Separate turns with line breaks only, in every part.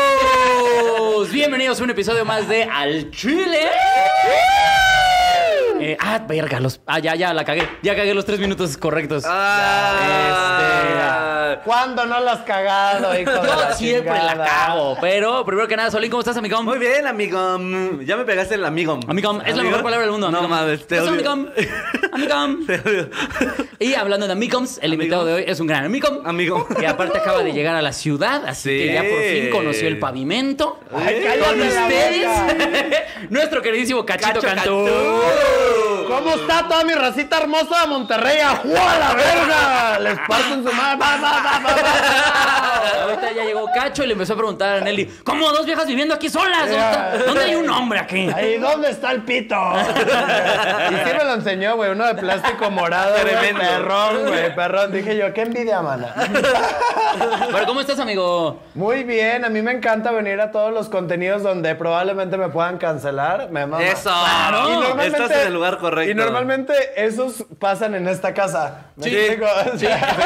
Amigos, bienvenidos a un episodio más de Al Chile. Eh, ah, verga, los. Ah, ya, ya, la cagué. Ya cagué los tres minutos correctos.
Ah, ¿Cuándo no la has cagado, hijo de
Yo
la
siempre la
chingada?
cago, pero primero que nada, Solín, ¿cómo estás, amigón?
Muy bien, amigom. Ya me pegaste el amigom.
Amigom, es la mejor palabra del mundo.
No
amigom.
mames, te
¿Qué es
odio.
Amigom. Amigom.
Te odio.
Y hablando de Amicoms, el invitado de hoy es un gran Amicom.
Amigom.
Que aparte acaba de llegar a la ciudad, así
Sí.
que ya por fin conoció el pavimento.
Ay, cállate
Con
la
ustedes, nuestro queridísimo Cachito
Cacho
Cantú.
¿Cómo está toda mi racita hermosa de Monterrey? ¡Ajúa la verga! Les parten su madre. ¡Va, va, va, va, va!
Ahorita ya llegó Cacho y le empezó a preguntar a Nelly, ¿cómo dos viejas viviendo aquí solas? ¿Dónde está- ¿Dónde hay un hombre aquí?
¿Y dónde está el pito? Y sí me lo enseñó, güey, uno de plástico morado, güey,
Tremendo.
perrón, güey, perrón. Dije yo, qué envidia, mana.
Pero ¿cómo estás, amigo?
Muy bien, a mí me encanta venir a todos los contenidos donde probablemente me puedan cancelar. Me mama.
Eso.
Claro.
Y normalmente-
Estás en el lugar correcto.
Y normalmente esos pasan en esta casa. ¿Me
Sí.
explico? O
Sí,
sea,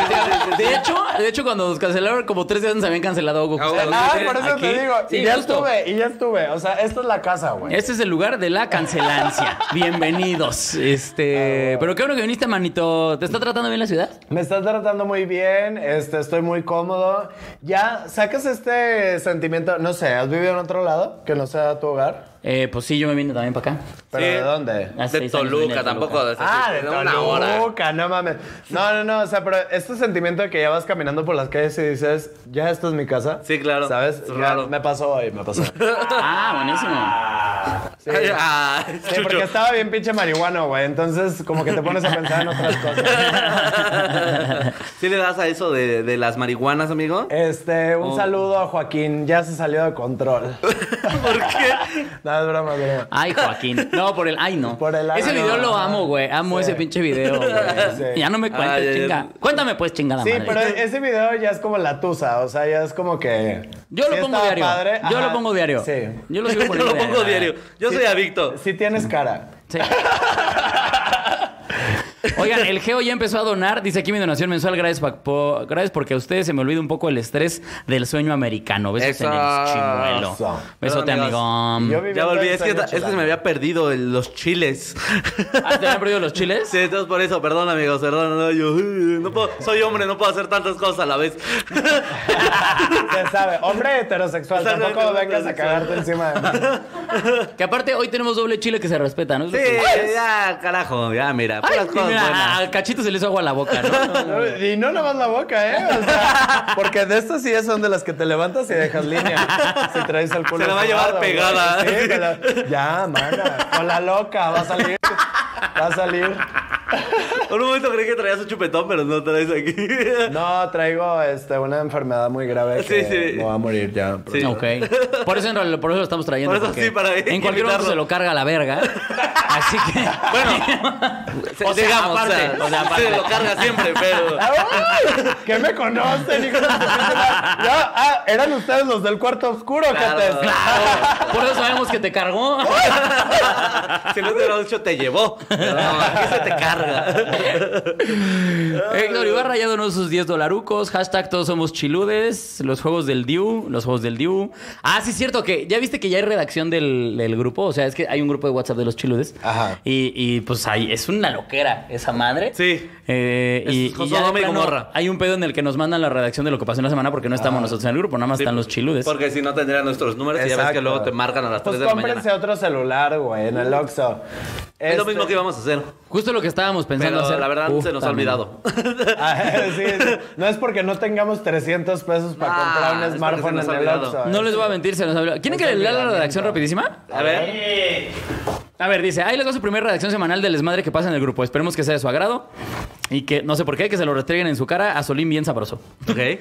De hecho, de hecho, cuando nos cancelaron, como tres veces nos habían cancelado Goku.
Ah, bueno.
Ah, por eso
Aquí.
te digo.
Sí,
y ya
justo.
estuve, y ya estuve. O sea, esta es la casa, güey.
Este es el lugar de la cancelancia. Bienvenidos. Este, pero qué bueno que viniste, manito. ¿Te está tratando bien la ciudad?
Me estás tratando muy bien, este, estoy muy cómodo. Ya, sacas este sentimiento, no sé, ¿has vivido en otro lado que no sea tu hogar?
Eh, pues sí, yo me vine también para acá.
¿Pero
Sí.
de dónde?
Hace
De
seis años vine
Toluca,
de
tampoco. o sea,
Ah,
sí,
de
de una hora.
Toluca, no mames. No, no, no, o sea, pero este sentimiento de que ya vas caminando por las calles y dices, ya esta es mi casa.
Sí, claro.
¿Sabes?
Es
Ya,
raro.
Me pasó hoy, me pasó.
Ah, buenísimo.
Sí.
Ay, ah,
Sí, porque
Chucho.
estaba bien pinche marihuano, güey. Entonces, como que te pones a pensar en otras cosas.
¿Sí le das a eso de, de las marihuanas, amigo?
Este,
Oh.
un saludo a Joaquín. Ya se salió de control.
¿Por qué?
No, es broma, es broma.
Ay, Joaquín. No, por el ay no.
Por el ay,
ese video
no.
lo amo, güey. Amo ese pinche video, güey.
Sí.
Ya no me cuentes,
Ay, ay,
chinga.
ay.
Cuéntame pues, chingada
Sí,
madre.
pero ese video ya es como la tusa, o sea, ya es como que...
Yo lo
Sí
pongo
estaba
diario.
padre,
Yo
ajá,
lo pongo diario.
Sí.
Yo lo, sigo
Yo lo pongo diario. Yo
Sí.
soy adicto.
Sí tienes cara.
Sí. Oigan, el Geo ya empezó a donar. Dice aquí mi donación mensual. Gracias, pa- po- gracias porque a ustedes se me olvida un poco el estrés del sueño americano. Besos en el
Eso.
chimuelo.
Eso.
Besote,
Perdón, amigos.
amigo.
Yo viví
Ya
en
volví.
todo
Es que,
el sueño,
es que se
chulada.
me había perdido el- los chiles.
Ah, ¿Te habían perdido los chiles?
Sí, entonces por eso, perdón amigos, perdón, no, yo uh, no puedo, soy hombre, no puedo hacer tantas cosas a la vez.
Se sabe, hombre heterosexual,
Exacto,
tampoco
hombre
vengas a cagarte encima de mí.
Que aparte hoy tenemos doble chile que se respeta, ¿no? Es
Sí,
lo que-
ya, carajo, ya, mira,
Pues. Ay,
puras
y
cosas
mira,
buenas.
al cachito se le hizo agua a la boca, ¿no?
No, Y no nomás la boca, ¿eh? O sea, porque de estas sí son de las que te levantas y dejas línea. Si traes el culo.
Se la va a llevar
cerrado, güey.
pegada.
Sí, te la- Ya, mana. Con la loca, va a salir. Va a salir.
Por un momento creí que traías un chupetón, pero no traes aquí.
No, traigo este, una enfermedad muy grave que
Sí, sí.
me va a morir ya. pronto.
Sí.
Ok. Por eso, en realidad, por eso lo estamos trayendo.
Por eso
porque
sí, para
En cualquier momento
evitarlo.
se lo carga a la verga. Así que. Bueno. o sea,
Digamos,
aparte. o sea, aparte.
sí, lo carga siempre, pero...
¡Ay! ¿Qué me conocen, hijos de su pinche madre? Ya, ah, eran ustedes los del cuarto oscuro,
Claro.
cates.
Claro, Por eso sabemos que te cargó.
Si no te lo has hecho, te llevó. Pero no, aquí se te carga.
Héctor
Ah.
Ibarra ya donó sus 10 dolarucos. Hashtag todos somos chiludes. Los juegos del Diu. Los juegos del Diu. Ah, sí, es cierto que ya viste que ya hay redacción del, del grupo. O sea, es que hay un grupo de WhatsApp de los chiludes.
Ajá.
Y, y, pues ahí es una loquera esa madre.
Sí.
Eh, y,
Es José
y ya de
Gómez
plano
Gomorra.
hay un pedo en el que nos mandan la redacción de lo que pasó en la semana porque no estamos nosotros en el grupo, nada más están los chiludes.
Porque si no tendrían nuestros números y ya ves que
Exacto.
luego te marcan a las
Pues
3 de la mañana.
cómprense otro celular, güey, en el Oxxo.
Es lo
Este-
mismo que íbamos a hacer.
Justo lo que estábamos pensando
Pero
hacer.
la verdad
Uf,
se nos ha
también.
olvidado.
Ah, sí, sí. No es porque no tengamos 300 pesos para
Ah,
comprar
es
un
porque
smartphone
se nos
en
ha
el
olvidado.
Oxxo. eh.
No les voy a mentir, se nos ha olvidado. ¿Quieren que le lea la redacción rapidísima?
A ver.
A ver, dice, ahí les va su primera redacción semanal del desmadre que pasa en el grupo. Esperemos que sea de su agrado y que, no sé por qué, que se lo restreguen en su cara a Solín bien sabroso.
Ok.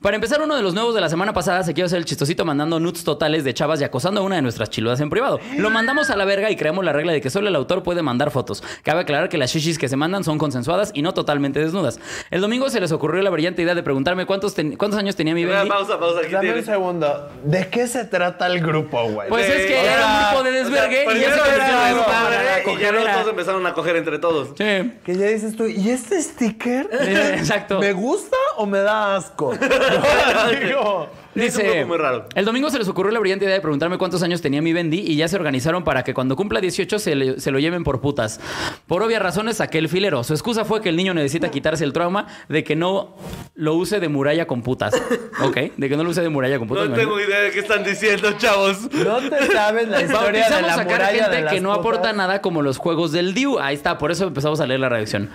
Para empezar, uno de los nuevos de la semana pasada se quiso hacer el chistosito mandando nudes totales de chavas y acosando a una de nuestras chiludas en privado. Lo mandamos a la verga y creamos la regla de que solo el autor puede mandar fotos. Cabe aclarar que las shishis que se mandan son consensuadas y no totalmente desnudas. El domingo se les ocurrió la brillante idea de preguntarme cuántos, ten- cuántos años tenía mi baby.
Pausa, pausa. ¿Qué
Dame un
tienes?
segundo. ¿De qué se trata el grupo, güey?
Pues es que
o
era un
sea,
grupo de desvergue
o sea,
y ya se
primero
convirtió
era
en
un
una
desmadre y ya los
cogedera.
dos empezaron a coger entre todos.
Sí.
que ya dices tú, ¿y este sticker?
Exacto.
¿Me gusta o me da asco? Yo digo,
Es un
Dice,
grupo muy raro.
El domingo se les ocurrió la brillante idea de preguntarme cuántos años tenía mi Bendy y ya se organizaron para que cuando cumpla 18 se, le- se lo lleven por putas. Por obvias razones saqué el filero. Su excusa fue que el niño necesita quitarse el trauma de que no lo use de muralla con putas. Ok, de que no lo use de muralla con putas.
No
me
tengo
imagino.
idea de qué están diciendo, chavos.
no te sabes la historia de
Bautizamos
la
a sacar
muralla de
gente
las
que no aporta
putas.
nada como los juegos del Diu. Ahí está, por eso empezamos a leer la redacción.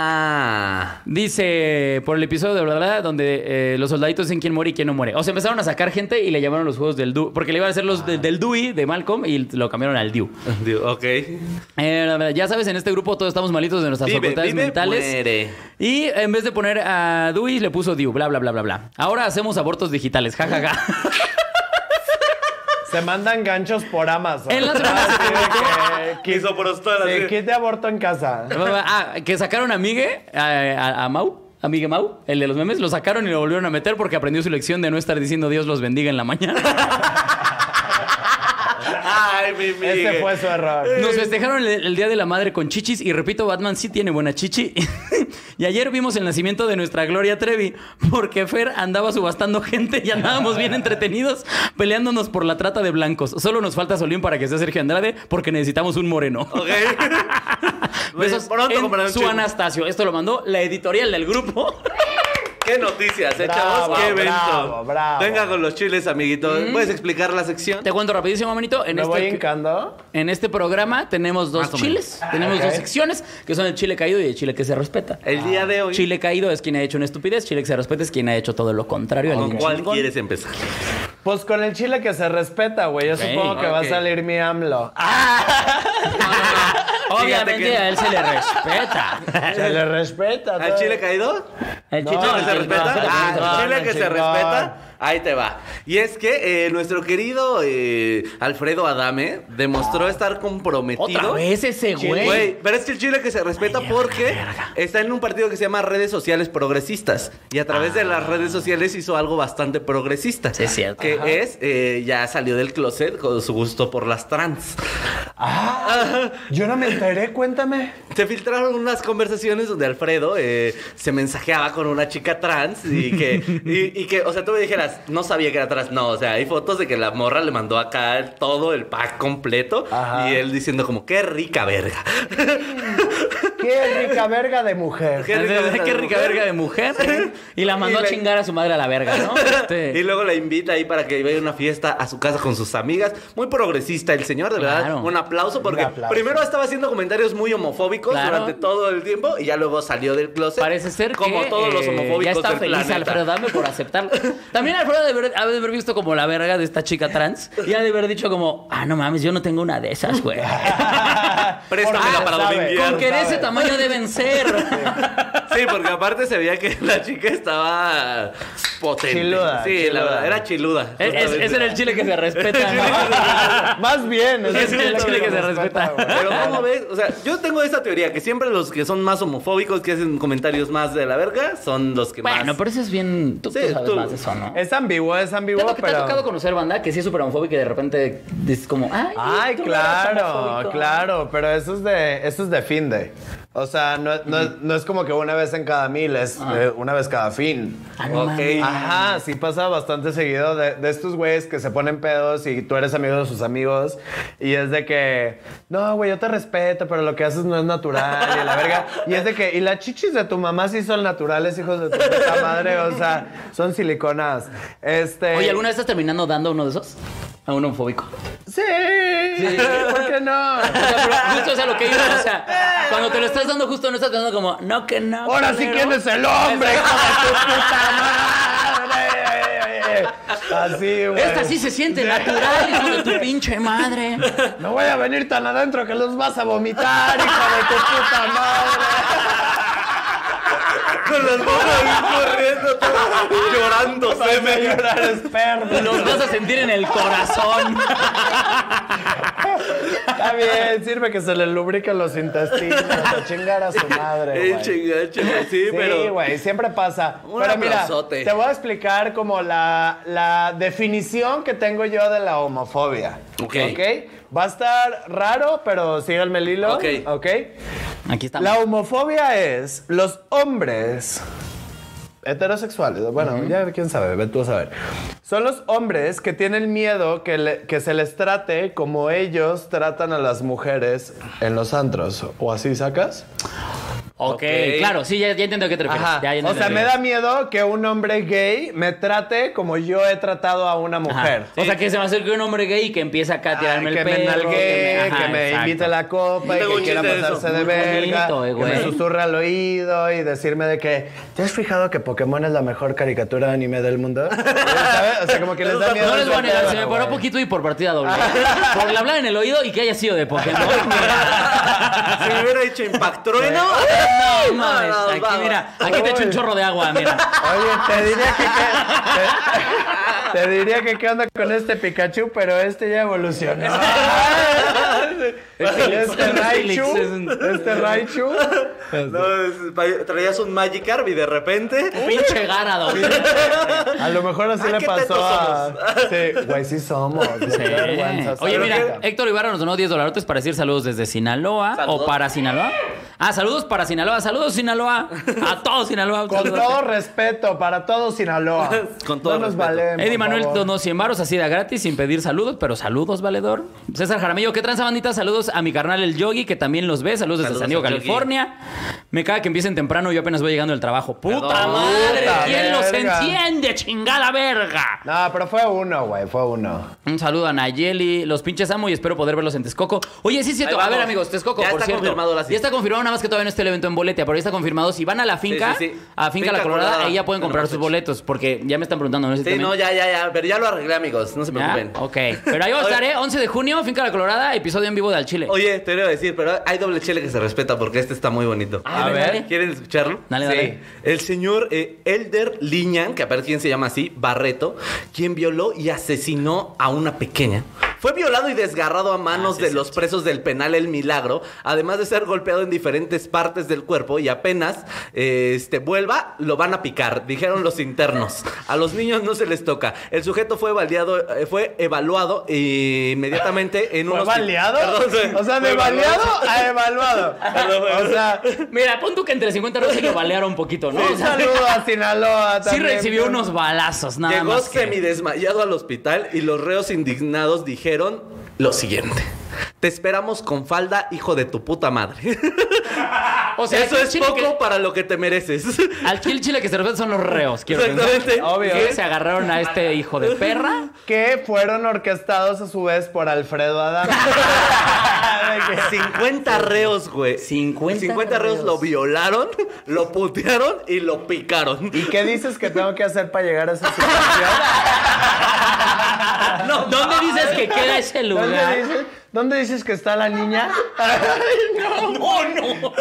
Ah.
Dice por el episodio de bla, bla, bla, donde eh, los soldaditos dicen quién muere y quién no muere. O sea, empezaron a sacar gente y le llamaron los juegos del Dewey. Porque le iban a hacer los
Ah.
de- del Dewey de Malcolm y lo cambiaron al Dew.
Digo, ok.
Eh, la verdad, ya sabes, en este grupo todos estamos malitos de nuestras
Vive,
facultades
vive,
mentales.
muere.
Y en vez de poner a Dewey, le puso Dew, bla, bla, bla, bla, bla. Ahora hacemos abortos digitales, jajaja.
Se mandan ganchos por Amazon.
En la semana se
Así de que-
Quiso por todas
que-
las.
que te aborto en casa.
ah, que sacaron a Migue, a, a- a Mau. A Migue Mau, el de los memes, lo sacaron y lo volvieron a meter porque aprendió su lección de no estar diciendo Dios los bendiga en la mañana.
Ay, mi migue.
Ese fue su error.
Nos festejaron el, el Día de la Madre con chichis y repito, Batman sí tiene buena chichi. y ayer vimos el nacimiento de nuestra Gloria Trevi porque Fer andaba subastando gente y andábamos bien entretenidos peleándonos por la trata de blancos. Solo nos falta Solín para que sea Sergio Andrade porque necesitamos un moreno.
Ok.
Besos
Pues, Pronto
en
compraré un
su
chingo.
Anastasio. Esto lo mandó la editorial del grupo.
Qué noticias, eh,
Bravo,
chavos. Qué evento.
bravo, bravo.
Venga con los chiles, amiguito. ¿Puedes explicar la sección?
Mm. Te cuento rapidísimo, manito. En
Me voy
este,
hincando.
en este programa tenemos dos
Más o menos.
chiles. Tenemos
ok.
dos secciones que son el chile caído y el chile que se respeta.
El día de hoy.
Chile caído es quien ha hecho una estupidez, Chile que se respeta es quien ha hecho todo lo contrario.
¿Con
alguien
cuál
chingón.
quieres empezar?
Pues con el chile que se respeta, güey. Yo
Ok,
supongo que va a
ok.
salir mi AMLO.
Obviamente
Fíjate que-
a él se le respeta.
Se le respeta.
¿Al
todo.
chile caído?
El
No,
chile
¿Chile
no,
que se
no,
respeta?
no,
Ah,
no,
chile
no,
que se
chingón.
respeta. Ahí te va. Y es que eh, nuestro querido eh, Alfredo Adame demostró estar comprometido.
Otra vez ese
Güey.
güey.
pero es que el Chile que se respeta porque está en un partido que se llama Redes Sociales Progresistas. Y a través de las redes sociales hizo algo bastante progresista.
Ah. Sí, es cierto.
Que es, eh, ya salió del closet con su gusto por las trans.
Ah, Yo no me enteré, cuéntame.
Se filtraron unas conversaciones donde Alfredo eh, se mensajeaba con una chica trans y que, y, y que, o sea, tú me dijeras, no sabía que era trans. No, o sea, hay fotos de que la morra le mandó acá el- todo el pack completo
Ajá.
y él diciendo como, qué rica verga.
Qué rica verga de mujer.
Entonces, Qué rica verga de
mujer.
mujer. ¿eh? Y la mandó
Y
a
le-
chingar a su madre a la verga, ¿no? Este-
Y luego la invita ahí para que vaya a una fiesta a su casa con sus amigas. Muy progresista el señor, de verdad.
Claro.
Un aplauso porque
Un aplauso.
primero estaba haciendo comentarios muy homofóbicos
Claro.
durante todo el tiempo y ya luego salió del closet.
Parece ser
como
que,
todos los
eh,
homofóbicos
ya está
del
feliz
planeta.
Alfredo Dame por aceptarlo. También Alfredo ha de haber, ha de haber visto como la verga de esta chica trans y ha de haber dicho como, ah, no mames, yo no tengo una de esas, güey.
Préstamela
Porque
para
sabe.
dominguear.
Ah, Con que de
sabe.
ese tamaño deben ser.
Sí, porque aparte se veía que la chica estaba potente.
Chiluda,
sí, la
chiluda.
verdad, era chiluda.
Es- es- ese era el chile que se respeta. ¿no?
Más bien.
Es el chile que se respeta.
güey.
Pero ¿cómo ves? O sea, yo tengo esta teoría que siempre los que son más homofóbicos, que hacen comentarios más de la verga, son los que más... Eh,
Bueno, pero eso es bien. Tú, tú
Sí,
sabes
tú-
más de eso, ¿no?
Es ambiguo, es
¿Te,
ambiguo,
ha to- te
pero...
ha tocado conocer banda que sí es súper homofóbica y de repente es como, ay,
Ay,
tú no eras
claro,
homofóbico"?
claro, pero eso es de, eso es de fin de. O sea, no, no- no es como que una vez en cada mil, es eh, una vez cada fin.
Ah, no
Ok.
mames.
Ajá, sí pasa bastante seguido de, de estos güeyes que se ponen pedos y tú eres amigo de sus amigos y es de que, no, güey, yo te respeto, pero lo que haces no es natural y la verga. Y es de que, y las chichis de tu mamá sí son naturales, hijos de tu puta madre, o sea, son siliconas. Este...
Oye, ¿alguna vez estás terminando dando uno de esos? A un homofóbico.
Sí, ¿por qué no? Pues
O sea, pero justo, o sea, lo que iba, o sea, cuando te lo estás dando justo no estás pensando como, no, que no.
Ahora sí,
culero".
¿quién es el hombre, hijo de tu puta madre? Así, güey.
Esta sí se siente natural, hijo de tu pinche madre.
No voy a venir tan adentro que los vas a vomitar, hijo de tu puta madre.
Con las manos ahí corriendo, todo, llorando, se
Me
me
llorar es perro.
Los vas a sentir en el corazón.
Está bien, sirve que se le lubriquen los intestinos. a chingar a su madre,
Eh,
güey.
chinga, chinga, sí,
Sí,
pero.
güey, siempre pasa.
Un
Pero mira,
aplausote.
te voy a explicar como la, la definición que tengo yo de la homofobia.
Ok.
¿Ok? Va a estar raro, pero síganme el hilo.
Ok.
¿Ok?
Aquí está.
La homofobia es los hombres heterosexuales, bueno, ya quién sabe, ve tú a saber. Son los hombres que tienen miedo que, le- que se les trate como ellos tratan a las mujeres en los antros. ¿O así sacas?
Ok, claro, sí, ya, ya entiendo a qué te refieres.
Ajá.
Ya, ya entiendo
o
a
sea,
qué
me
te
da miedo que un hombre gay me trate como yo he tratado a una mujer.
refieres. Ajá. O sea, que se me acerque un hombre gay y que empieza acá a
Ay,
tirarme
que
el perro.
me nalgue,
ajá,
que me
exacto.
invite a la copa y
Tengo
que
un
quiera
chiste de eso.
pasarse de
Muy
verga,
bonito, eh,
que me
güey.
susurre al oído y decirme de que ¿te has fijado que Pokémon es la mejor caricatura de anime del mundo? ¿Sabes? O sea, como que les da miedo.
No les voy a
ese
negar,
pedo,
se me paró
güey.
poquito y por partida doble. Por la hablar en el oído y que haya sido de Pokémon. mira.
Si me hubiera dicho impactrueno.
No mames, aquí mira, aquí te echo un chorro de agua, mira.
Oye, te diría que, que- te, te diría que qué onda con este Pikachu, pero este ya evolucionó. este Raichu, este Raichu. Pues
No, es- pa- traías un Magikarp y de repente.
Pinche Gárado.
A lo mejor así
Ah,
le
qué
pasó
tetos
a. Sí, güey, sí somos. güey, qué vergüenza,
Eh, Oye,
¿sabes?
mira,
eh,
Héctor Ibarra nos donó 10 dolarotes para decir saludos desde Sinaloa
Saludos.
o para Sinaloa. Ah, saludos para Sinaloa, saludos Sinaloa. A todos Sinaloa. un
Con
saludote.
todo respeto para todo Sinaloa.
Con todo
no nos
respeto.
valemos.
Eddie
por
Manuel
favor.
donó 100 varos así de gratis sin pedir saludos, pero saludos, valedor. César Jaramillo, ¿qué tranza, bandita? Saludos a mi carnal el Yogi, que también los ve. Saludos,
Saludos
desde San Diego,
al Yogi.
California. Me caga que empiecen temprano, yo apenas voy llegando del trabajo. ¡Puta
Perdón.
madre!
Puta
¿Quién los
verga.
enciende, chingada verga?
No, pero fue uno, güey, fue uno.
Un saludo a Nayeli, los pinches amo y espero poder verlos en Texcoco. Oye, sí es cierto.
Ahí
A ver,
vamos.
amigos, Texcoco,
Ya
por
está
cierto.
confirmado la cita.
Ya está confirmado, nada más que todavía no está el evento en boleta, pero ya está confirmado. Si van a la finca,
Sí, sí, sí.
a Finca, La
Finca
Colorada,
Colorada.
ahí ya pueden
Tenemos
comprar sus
fecha.
boletos, porque ya me están preguntando, no sé si
Sí,
también-
no, ya, ya, ya. Pero ya lo arreglé, amigos. No se
¿Ya?
preocupen.
Ok. Pero ahí va a estar, ¿eh? 11 de junio, Finca La Colorada, episodio en vivo de Al Chile.
Oye, te voy a decir, pero hay doble chile que se respeta porque este está muy bonito.
Ah,
a ver,
dale.
¿Quieren escucharlo?
Dale, dale.
El señor eh, Elder Liñan, que a ver quién se llama así, Barreto, quien violó y asesinó a una pequeña. Fue violado y desgarrado a
Ah,
manos de los presos del penal El Milagro, además de ser golpeado en diferentes partes del cuerpo y apenas eh, este, vuelva, lo van a picar, dijeron los internos. A los niños no se les toca. El sujeto fue, baleado, eh, fue evaluado e inmediatamente en un
¿Fue
hospital-
baleado?
Perdón, fue-
o sea, de
fue
baleado a evaluado.
Perdón, fue-
O sea,
Mira, pon tú que entre 50 euros se lo balearon un poquito, ¿no? O
un
sea,
saludo a Sinaloa
sí
también.
recibió unos balazos, nada
Llegó
más. que-
semidesmayado al hospital y los reos indignados dijeron lo siguiente. Te esperamos con falda, hijo de tu puta madre.
O sea,
Eso
aquí el
es
chile
poco
que-
para lo que te mereces.
Al Chile Chile que se refiere son los reos, quiero pensar.
Exactamente.
Obvio.
Que se agarraron a este hijo de perra.
Que fueron orquestados a su vez por Alfredo Adán.
50 reos, güey.
50
reos.
reos.
lo violaron, lo putearon y lo picaron.
¿Y qué dices que tengo que hacer para llegar a esa situación?
Ah,
No, ¿Dónde dices que queda ese
¿Dónde
lugar?
dices, dónde dices que está la niña?
¡Oh, no!
No,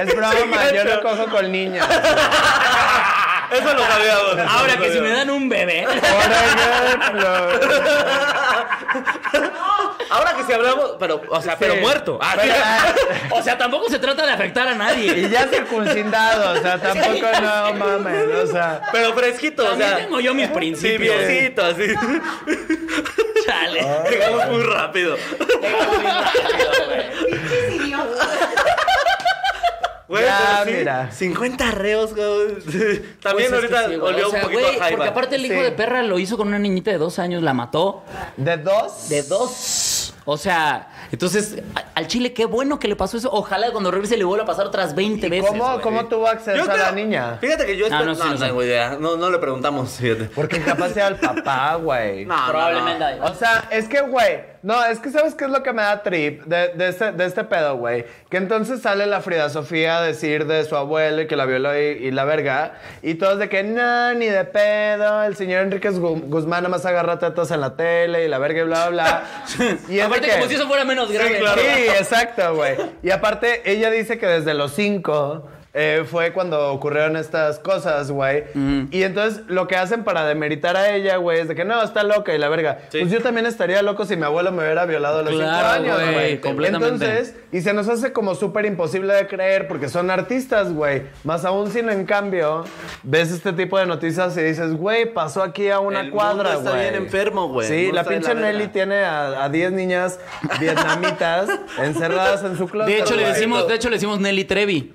es broma, yo no cojo con niñas.
Eso lo sabíamos.
Ahora que si me dan un bebé.
Por ejemplo.
Ahora que si hablamos, pero, o sea, pero muerto. Ah,
Pero, ah,
O sea, tampoco se trata de afectar a
y
nadie.
ya circuncindado, o sea, tampoco no mames, o sea.
pero fresquito, o
También
sea.
tengo yo mis
Sí,
principios.
viejito, así.
Chale.
Ah.
Llegamos muy rápido.
Pinches idiotas.
Güey,
Ya,
pero sí,
mira.
50 reos, güey. También
Pues es que
ahorita
sí, güey.
olió
O sea,
un poquito
güey,
a Jaiba.
Porque aparte el hijo
Sí.
de perra lo hizo con una niñita de dos años, la mató.
¿De dos?
De dos. O sea, entonces a- al Chile, qué bueno que le pasó eso. Ojalá cuando regrese le vuelva a pasar otras 20 veces.
¿Cómo,
güey.
¿Cómo tuvo acceso
Yo
a
creo-
la niña?
Fíjate que yo
Ah,
espero-
no,
no,
sí,
no,
no sé.
tengo idea. No, no le preguntamos, fíjate.
Porque capaz sea el papá, güey.
No, no, no.
Probablemente.
O sea, es que, güey, no, es que ¿sabes qué es lo que me da trip de, de este, de este pedo, güey? Que entonces sale la Frida Sofía a decir de su abuelo y que la violó y, y la verga, y todos de que, no, ni de pedo, el señor Enríquez Gu- Guzmán nada más agarra tetas en la tele y la verga y bla, bla, bla. y es de
Aparte,
que-
como si eso fuera menos grave.
Sí, exacto, güey. Y aparte, ella dice que desde los cinco eh, fue cuando ocurrieron estas cosas, güey. Y entonces lo que hacen para demeritar a ella, güey, es de que no, está loca y la verga.
Sí.
Pues yo también estaría loco si mi abuelo me hubiera violado a los
Claro,
cinco años,
güey,
güey.
completamente.
Entonces, y se nos hace como súper imposible de creer porque son artistas, güey. Más aún si no, en cambio, ves este tipo de noticias y dices, güey, pasó aquí a una
El
cuadra,
mundo está
güey.
bien enfermo, güey. El
Sí,
mundo
la
está de la
pinche
verga.
Nelly tiene a a 10 niñas vietnamitas encerradas en su closet.
De hecho, le
güey.
decimos, de hecho, le decimos Nelly Trevi.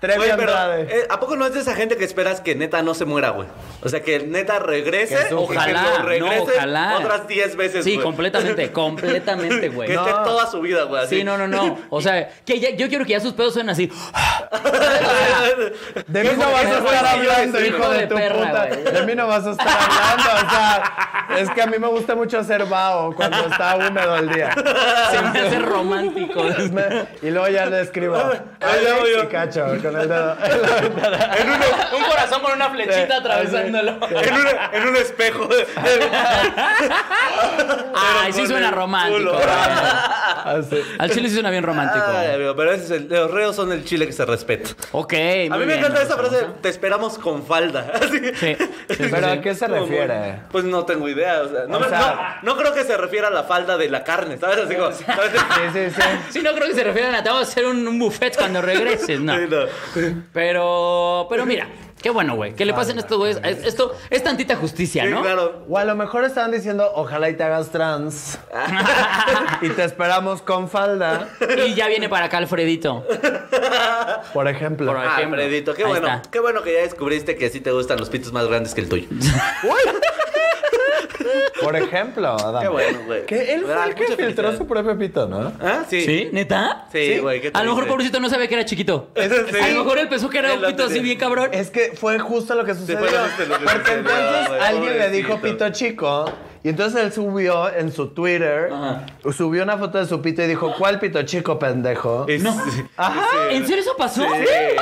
Trevi
Güey, pero,
Andrade.
eh, ¿A poco no es de esa gente que esperas que neta no se muera, güey? O sea, que neta regrese.
Que sufra.
o que
Ojalá,
lo
no,
regrese
ojalá.
Otras 10 veces,
Sí,
güey.
completamente, completamente, güey.
Que esté toda su vida, güey. así.
Sí, no, no, no. O sea, que ya- yo quiero que ya sus pedos suenen así.
De mí no
hijo
vas
de
a
perra,
estar
güey.
hablando,
Hijo
hijo
de
de tu
perra,
puta.
güey.
De mí no vas a estar hablando. O sea, es que a mí me gusta mucho hacer vaho cuando está húmedo el día.
Se me hace romántico.
Me- Y luego ya le escribo.
luego
Alex
yo.
y cacho con el dedo.
En, un,
Un corazón con una flechita atravesándolo.
en, un, en un espejo.
Ay, sí
con
suena
el
romántico.
culo.
güey.
Así.
Al chile sí suena bien romántico.
Ay, amigo, pero ese es el- los reos son el chile que se respeta.
Ok,
A
muy
mí me
bien,
encanta esa
Rosa.
frase, te esperamos con falda. Así.
Sí, sí, sí,
Pero
sí.
¿a qué se
Como,
refiere?
Pues no tengo idea. O sea, no,
O
me-
sea-
no- no creo que se refiera a la falda de la carne, ¿sabes? Así como, ¿sabes?
Sí, sí, sí.
Sí, no creo que se refieran a te vamos a hacer un, un buffet cuando regreses, no.
Sí, no.
Pero, pero mira, qué bueno, güey. Que le pasen a estos güeyes. Es- Esto es tantita justicia,
Sí,
¿no?
claro.
O a lo mejor estaban diciendo, ojalá y te hagas trans. y te esperamos con falda,
Y ya viene para acá Alfredito.
por ejemplo.
Por ahí.
Ah,
ejemplo.
Alfredito, qué
Ahí
bueno.
está.
Qué bueno que ya descubriste que sí te gustan los pitos más grandes que el tuyo.
Por ejemplo, Adam.
Qué bueno, güey.
Que él fue
Ah,
el que
mucha
filtró
felicidad.
su propio pito, ¿no?
¿Ah? Sí.
¿Sí? ¿Neta?
Sí, güey. ¿qué te
A lo mejor
dice?
pobrecito no sabía que era chiquito.
Sí.
A lo mejor él pensó que era
Él
un
lo
pito así
tenía.
bien cabrón.
Es que fue justo lo que sucedió.
fue justo lo que
Porque
sucedió,
entonces
güey,
alguien le dijo
pobrecito.
pito chico. Y entonces él subió en su Twitter, subió una foto de su pito y dijo, ¿cuál pito chico, pendejo?
Es-
Ah,
Ajá.
¿En serio eso pasó?
Eh,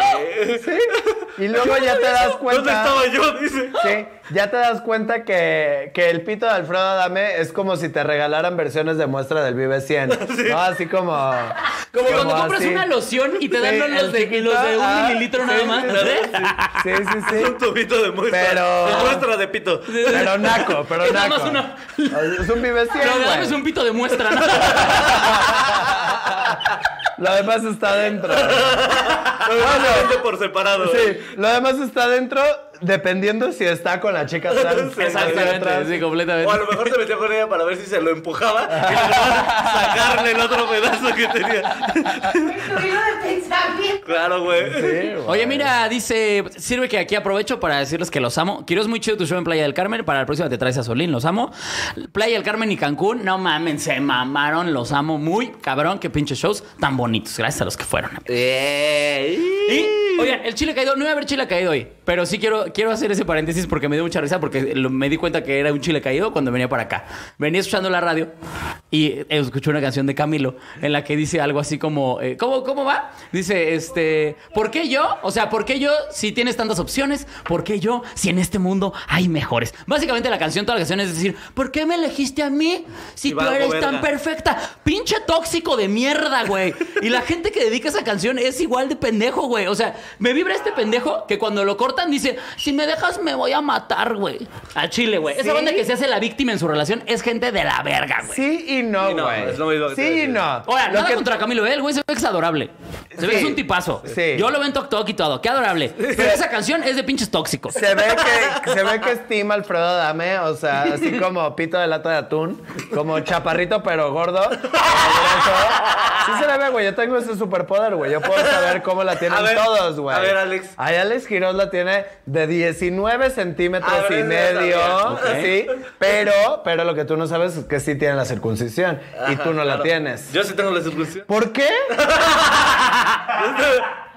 Sí. Y luego ya te das cuenta.
¿Dónde estaba yo? Dice.
Sí, ya te das cuenta que, que el pito de Alfredo Adame es como si te regalaran versiones de muestra del Vive 100. No, así como.
Como cuando compras
así.
una loción y te dan
Sí,
los,
el
los de,
chiquito,
los de un
ah,
mililitro
sí,
nada
sí,
más.
Sí, sí, sí.
Es un tubito de muestra.
Pero-
De muestra de pito.
Pero naco, pero
Es nada
naco.
más una-
Es un Vive 100.
Pero
güey.
dame un pito de muestra, ¿no?
Lo demás está dentro.
Probablemente por separado.
Sí, lo demás está dentro dependiendo si está con la chica trans.
Exactamente, sí,
O a
completamente.
lo mejor se metió con ella para ver si se lo empujaba y lograba sacarle el otro pedazo que tenía. Claro, güey.
Oye, mira, dice, sirve que aquí aprovecho para decirles que los amo. Quiero es muy chido tu show en Playa del Carmen. Para la próxima te traes a Solín, los amo. Playa del Carmen y Cancún, no mamen, se mamaron, los amo muy cabrón. Qué pinches shows tan bonitos. Gracias a los que fueron. Y, oigan, el chile caído, no iba a haber chile caído hoy, pero sí quiero, quiero hacer ese paréntesis porque me dio mucha risa porque lo- me di cuenta que era un chile caído cuando venía para acá. Venía escuchando la radio y eh, escuché una canción de Camilo en la que dice algo así como, eh, ¿cómo, ¿cómo va? Dice, este, ¿por qué yo? O sea, ¿por qué yo si tienes tantas opciones? ¿Por qué yo si en este mundo hay mejores? Básicamente la canción, toda la canción es decir, ¿por qué me elegiste a mí si
Y
tú
valgo
eres tan
verga.
perfecto? perfecta. Pinche tóxico de mierda, güey. Y la gente que dedica esa canción es igual de pendejo, güey. O sea, me vibra este pendejo que cuando lo cortan dice, si me dejas me voy a matar, güey. Al chile, güey.
¿Sí?
Esa banda que se hace la víctima en su relación es gente de la verga, güey.
Sí y no,
Sí, no,
güey.
es lo mismo que te
sí y
decía.
no.
Ahora,
Lo
nada
que-
contra Camilo, ¿eh? el güey se ve que es adorable. Se ve que
Sí.
es un tipazo.
Sí.
Yo lo veo en Tok Tok y todo, qué adorable. Pero esa canción es de pinches tóxicos.
Se ve que, se ve que estima Alfredo Adame, o sea, así como pito de lata de atún, como chaparrito pero gordo. Sí se le ve, güey, yo tengo ese superpoder, güey, yo puedo saber cómo la tienen
A ver,
todos, Quiroz, güey.
A ver, Alex.
Ay, Alex Quiroz la tiene de 19 centímetros
A ver,
y
eso
medio.
no
sabía.
Sí, pero, pero lo que tú no sabes es que sí tiene la circuncisión y tú no
Ajá,
la
claro.
tienes.
Yo sí tengo la circuncisión.
¿Por qué?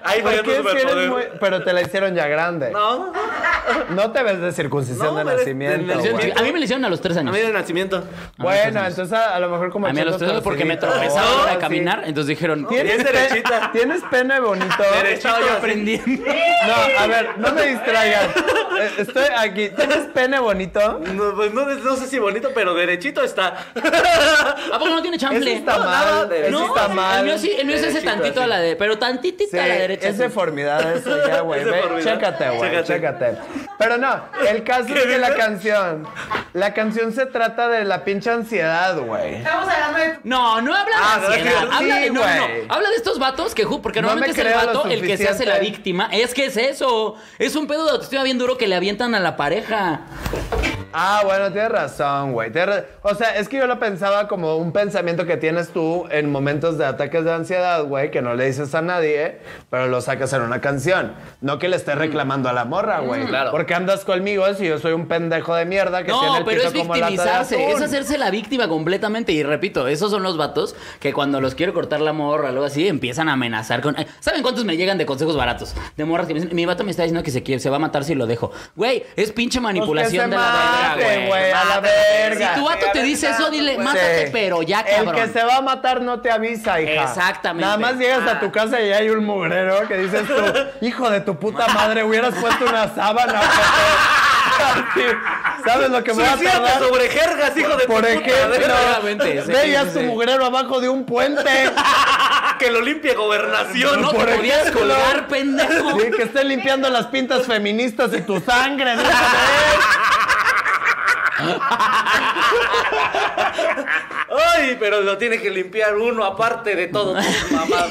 Ahí
¿Por
falló tu
qué si eres
superpoder.
muy- Pero te la hicieron ya grande. No,
No,
te ves de circuncisión
No,
de
me de-
nacimiento.
de
Me hicieron-
güey.
nacimiento.
a mí me lo hicieron a los tres
a
años.
mí de nacimiento.
Bueno, entonces a, a lo mejor como
A mí a los
echando
tres años porque me
torcido,
tropezaba
o
para
así.
caminar. Entonces dijeron,
Oh, ¿Tienes,
Bien
pe-
derechita.
¿Tienes pene bonito?
Derechito,
estaba yo
así.
aprendiendo.
No, a ver, no me distraigan. Eh, Estoy aquí. ¿Tienes pene bonito?
No, pues no, no sé si bonito, pero derechito está.
¿A poco no tiene
Eso
chamble?
está
No,
mal.
nada,
Eso
no,
está mal. eh,
El mío sí, el mío sí hace
Derechito,
tantito a
así.
la de, pero tantitita
Sí,
a la derecha.
es deformidad eso ya, güey.
Es
Ve,
deformidad.
Chécate, güey,
Chécate.
chécate. Pero no, el caso es que la
dices?
canción, la canción se trata de la pinche ansiedad, güey.
Estamos hablando de
No, no habla
Ah,
de ansiedad.
¿verdad que-
habla, de,
sí,
no, no,
güey.
no. habla de estos vatos que, ju- porque
No
normalmente
me
es el
creo lo
vato el que se hace la
suficiente.
víctima. Es que es eso. Es un pedo de autoestima bien duro que le avientan a la pareja.
Ah, bueno, tienes razón, güey. tienes ra- O sea, es que yo lo pensaba como un pensamiento que tienes tú en momentos de ataques de ansiedad, güey, que no le dices a nadie, pero lo sacas en una canción. No que le
Mm.
estés reclamando a la morra, güey.
claro.
Porque andas conmigo si yo soy un pendejo de mierda que tiene
No,
el
pero
pito
es
como lata de
victimizarse, es
atún.
hacerse la víctima completamente. Y repito, esos son los vatos que cuando los quiero cortar la morra o algo así, empiezan a amenazar con. Ay, ¿Saben cuántos me llegan de consejos baratos? De morras que me dicen, mi vato me está diciendo que se, quiere- se va a matar si lo dejo. Güey, es pinche manipulación
Pues
de
que se
la
mate,
verga, güey.
güey, a la verga.
Si tu vato te dice eso, dile, mátate,
Sí.
pero ya, cabrón.
El que se va a matar no te avisa, hija.
Exactamente. Ah.
Nada más llegas a tu casa y hay un mugrero que dices tú, hijo de tu puta madre, hubieras puesto una sábana. ojete". ¿Sabes lo que me va a
Suicídate
tardar?
sobre jergas, hijo de tu
Por
puta
ejemplo,
madre.
Verdaderamente, sí,
veías
sí,
tu
sí.
mugrero abajo de un puente.
Que lo limpie gobernación.
No te
por
podías
ejemplo.
colgar, pendejo.
Sí, que esté limpiando las pintas feministas y tu sangre. déjame.
Ay, pero lo tiene que limpiar uno aparte de todo. tu mamá.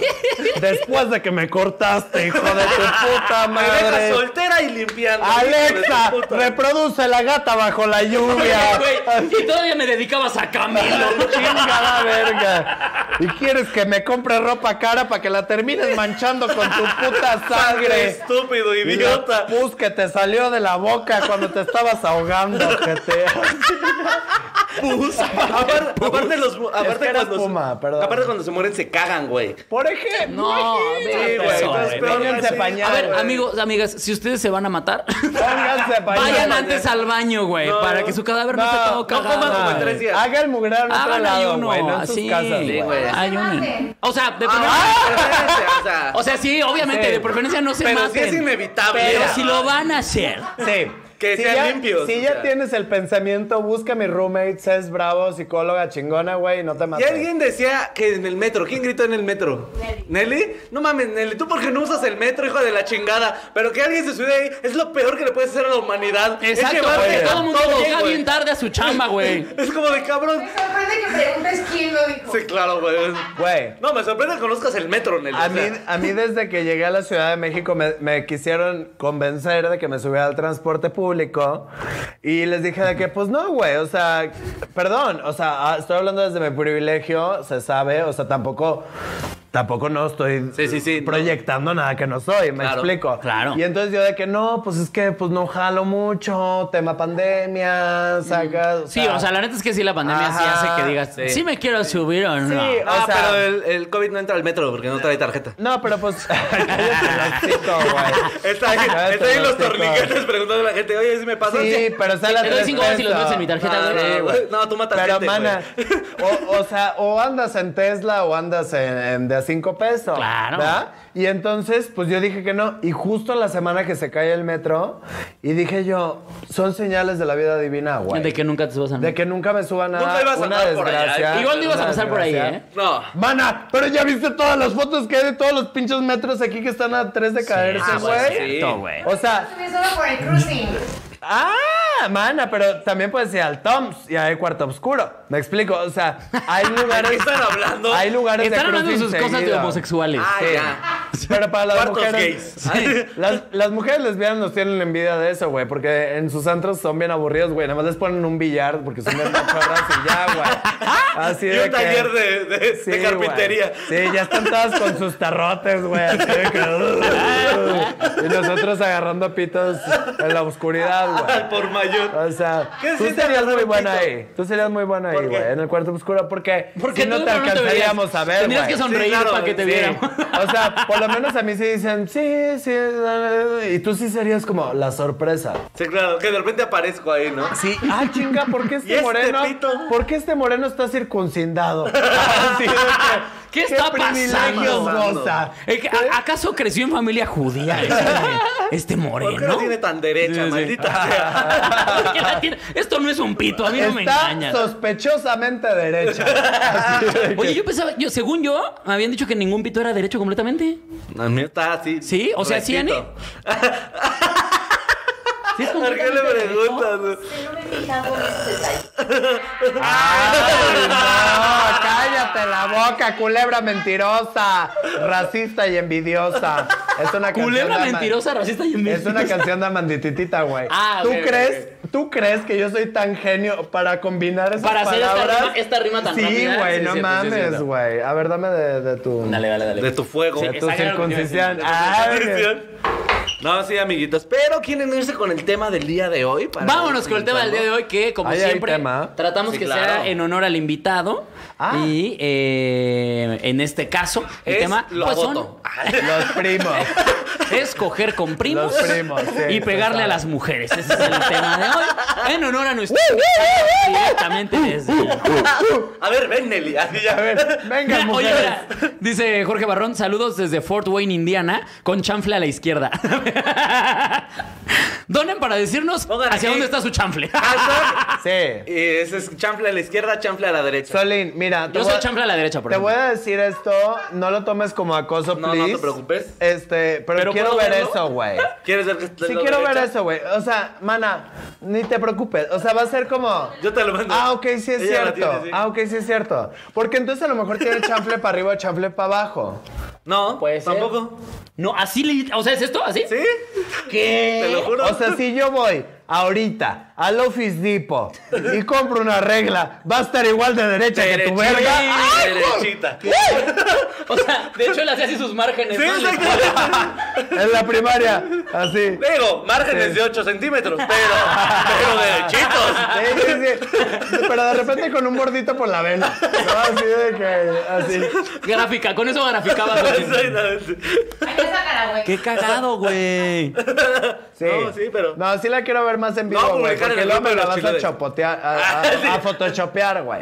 Después de que me cortaste, hijo de tu puta
Me dejas
madre.
soltera y limpiando.
Alexa,
hijo de tu puta.
reproduce la gata bajo la lluvia.
Güey, y todavía me dedicabas a Camilo.
Chingada verga. ¿Y quieres que me compre ropa cara para que la termines manchando con tu puta sangre?
Estúpido,
Y la
idiota.
pus que te salió de la boca cuando te estabas ahogando, gente.
Apar- Aparte los mu- aparte
que era
cuando se-
espuma, perdón.
Aparte cuando se mueren se cagan, güey.
Por ejemplo.
No,
Sí,
vete
güey,
a eso,
entonces,
güey.
Pónganse
sí.
pañal.
A ver,
güey.
amigos, amigas, si ustedes se van a matar,
Pónganse pañal.
vayan antes al baño, güey,
No.
para que su cadáver no, esté todo
no
cagado.
coman como en
güey.
tres días.
Haga el mugrero en otro
Hagan
lado,
ayuno,
güey, no en sus
así.
casas,
Sí,
güey.
güey.
Ayunen. O sea, de preferencia,
Ah, o sea,
o sea, sí, obviamente,
Sí.
de preferencia no se
pero sí
maten.
es inevitable.
pero
Mira.
si lo van a hacer.
Sí.
Que sean
ya,
limpios,
Si
o
ya
sea.
tienes el pensamiento, busca a mi roommate, Cés Bravo, psicóloga chingona, güey, no te
Y
mates.
alguien decía que en el metro, ¿quién gritó en el metro? Nelly. No mames, Nelly, tú porque no usas el metro, hijo de la chingada. Pero que alguien se suba ahí es lo peor que le puedes hacer a la humanidad. es
Exacto,
llevarte
porque
a
todo el mundo
todos,
llega
güey.
bien tarde a su chamba, güey.
Es como de cabrón.
Me sorprende que preguntes quién lo dijo.
Sí, claro, güey.
Güey.
No, me sorprende que conozcas el metro, Nelly.
A
o
mí,
sea.
a mí desde que llegué a la Ciudad de México me, me quisieron convencer de que me subiera al transporte público y les dije de que pues no, güey, o sea, perdón, o sea, ah, estoy hablando desde mi privilegio, se sabe, o sea, tampoco... Tampoco no estoy
Sí, sí, sí, no.
proyectando nada que no soy, me
Claro,
explico.
claro.
Y entonces yo de que no, pues es que pues no jalo mucho, tema pandemia,
Mm.
sacas.
Sí, o sea, la neta es que sí, la pandemia sí
Ajá,
hace que digas, sí,
sí.
me quiero subir o no.
Sí,
Ah,
o sea-
pero el, el COVID no entra al metro porque no trae tarjeta.
No, pero pues. Cállate el hocico, güey.
Está ahí,
Cállate
está ahí
el
los
hocico.
torniquetes preguntando a la gente, oye, si me pasó.
Sí, pero sale a
Te doy
tres
cinco dólares y los
pesos.
metes en mi tarjeta,
No,
güey.
no, güey. No, tú matas
Pero,
gente, güey.
mana, o, o sea, o andas en Tesla o andas en, en de a cinco pesos.
Claro.
¿verdad? Y entonces, pues yo dije que no. Y justo la semana que se cae el metro, y dije yo, son señales de la vida divina, güey.
De que nunca te vas a
De que nunca me suba nada.
Nunca ibas a
una
andar por allá. ¿eh?
desgracia.
Igual no ibas a
una
pasar por ahí,
desgracia.
¿eh?
No.
Mana, pero ya viste todas las fotos que hay de todos los pinches metros aquí que están a tres de caerse,
Ah,
pues
güey.
sí.
Cierto, güey.
O sea,
Estuviese solo por el cruising.
¡ah! Ah, mana, pero también puedes ir al Toms y hay cuarto oscuro. Me explico, o sea, hay lugares.
¿De qué están hablando?
Hay lugares
Están hablando de
cruising
sus cosas de
seguido.
homosexuales.
Ah,
Sí.
ya.
Pero para las
Cuartos
mujeres.
gays. Ay.
Las, las mujeres lesbianas nos tienen envidia de eso, güey. Porque en sus antros son bien aburridos, güey. Nada más les ponen un billar porque son bien machorras y ya, güey. Así
Y
de
un
que-
taller de, de-
Sí,
de carpintería.
güey. Sí, ya están todas con sus tarrotes, güey. así de que- y nosotros agarrando pitos en la oscuridad, güey.
Al por mayor.
O sea,
¿Qué
tú
sientes
serías
al
muy buena
pito?
ahí. Tú serías muy buena ahí,
¿Por qué?
güey. En el cuarto oscuro, porque,
Porque
si no
tú
te
verías.
alcanzaríamos a ver,
Tendrías
güey.
que sonreír
Sí, claro,
para que te
sí.
vieran.
O sea, por lo menos a mí sí dicen, sí, sí. eh, Y tú sí serías como la sorpresa.
Sí, claro, que de repente aparezco ahí, ¿no?
Sí. Ah, chinga, ¿por
¿Y
qué este,
este
moreno?
pito?
¿Por qué este moreno está circuncindado? Así de que,
¿Qué está
privilegios
pasando?
goza?
Eh, ¿a- ¿Acaso creció en familia judía ese, este
¿Por qué no
moreno?
tiene tan
Sí,
derecha,
sí.
maldita sea?
¿Por qué la tiene? Esto no es un pito, a mí no me
Está
engañas.
sospechosamente derecha. Así de que-
Oye, yo pensaba, yo, según yo, me habían dicho que ningún pito era derecho completamente.
A mí está así.
Sí, o sea, sí,
rectito.
Sí, es
¿Por qué le
completamente derecho.
preguntas?
No me he fijado en ese detalle.
Ah,
¡Ay, no! ¡Cállate la boca, culebra mentirosa! Racista y envidiosa. Es una canción
Culebra
de ama-
mentirosa, racista y
Es
envidiosa.
una canción de Amandititita, güey.
Ah,
¿Tú
ok, ok,
crees, tú crees que yo soy tan genio para combinar esas
Para hacer esta
palabras?
rima- esta rima tan
sí,
rápida.
güey,
Sí, sí,
no
sí, sí, sí,
mames,
sí.
güey. A ver, dame de, de tu
Dale, dale, dale.
De tu fuego.
de tu
exacto, era lo que te iba a decir.
circuncisión. Ay,
No, sí, amiguitos. Pero quieren irse con el tema del día de hoy. para-
Vámonos con el tema del día de hoy, que como
Ahí hay
siempre
tema.
tratamos
Sí,
que
claro.
sea en honor al invitado.
Ah.
Y eh, en este caso, el
Es
tema
lo
pues,
agoto.
Los primos.
es coger con primos,
Los primos, sí,
y
se
pegarle
sabe.
a las mujeres. Ese es el tema de hoy. En honor a nuestro invitado, directamente desde.
Ah, A ver, ven, Nelly. Así ya.
A ver,
Mira,
venga,
oye,
mujeres.
mira, dice Jorge Barrón, saludos desde Fort Wayne, Indiana, con chanfle a la izquierda. Donen para decirnos
Pongan
hacia
aquí.
dónde está su chanfle.
Ah,
Hashtag,
Sí.
eh, ese es chanfle a la izquierda, chanfle a la derecha.
Solín, mira. te
Yo
voy
soy
a-
chanfle a la derecha, por
Te
ejemplo.
voy a decir esto, no lo tomes como acoso,
No, no
please.
te preocupes.
Este, pero,
¿Pero
quiero
puedo
ver
verlo?
eso, güey.
¿Quieres ver que te
Sí
lo
quiero ver
derecha?
eso, güey. O sea, mana, ni te preocupes. O sea, va a ser como...
Yo te lo mando.
Ah, ok, sí
Ella
es
la
cierto.
tiene, sí.
Ah, ok, sí es cierto. Porque entonces a lo mejor tiene chanfle para arriba o chanfle para abajo.
No,
Puede ser.
tampoco.
No, así le. O sea, ¿es esto? ¿Así?
¿Sí? Te
¿Qué?
lo juro.
O sea, si yo voy ahorita al Office Depot y compro una regla, va a estar igual de derecha que tu
Derechita,
verga. ¡Ay,
derechita.
O sea, de hecho, él hace así sus márgenes.
Sí,
¿no?
exacto.
En la primaria, así.
Digo, márgenes
Sí.
de 8 centímetros, pero, pero derechitos.
Sí, sí, sí. Pero de repente con un bordito por la vena. ¿no? Así de que. Así.
Gráfica, con eso graficaba. güey.
Exactamente.
Ahí está Caragüey.
Qué cagado, güey.
Sí.
No, sí, pero-
No, sí la quiero ver más en vivo.
No,
güey,
publicar en
porque
el
luego
grupo
me
de
la
los
vas a
chilotes.
chopotear. A, a-
Ah, sí.
a photoshopear, güey.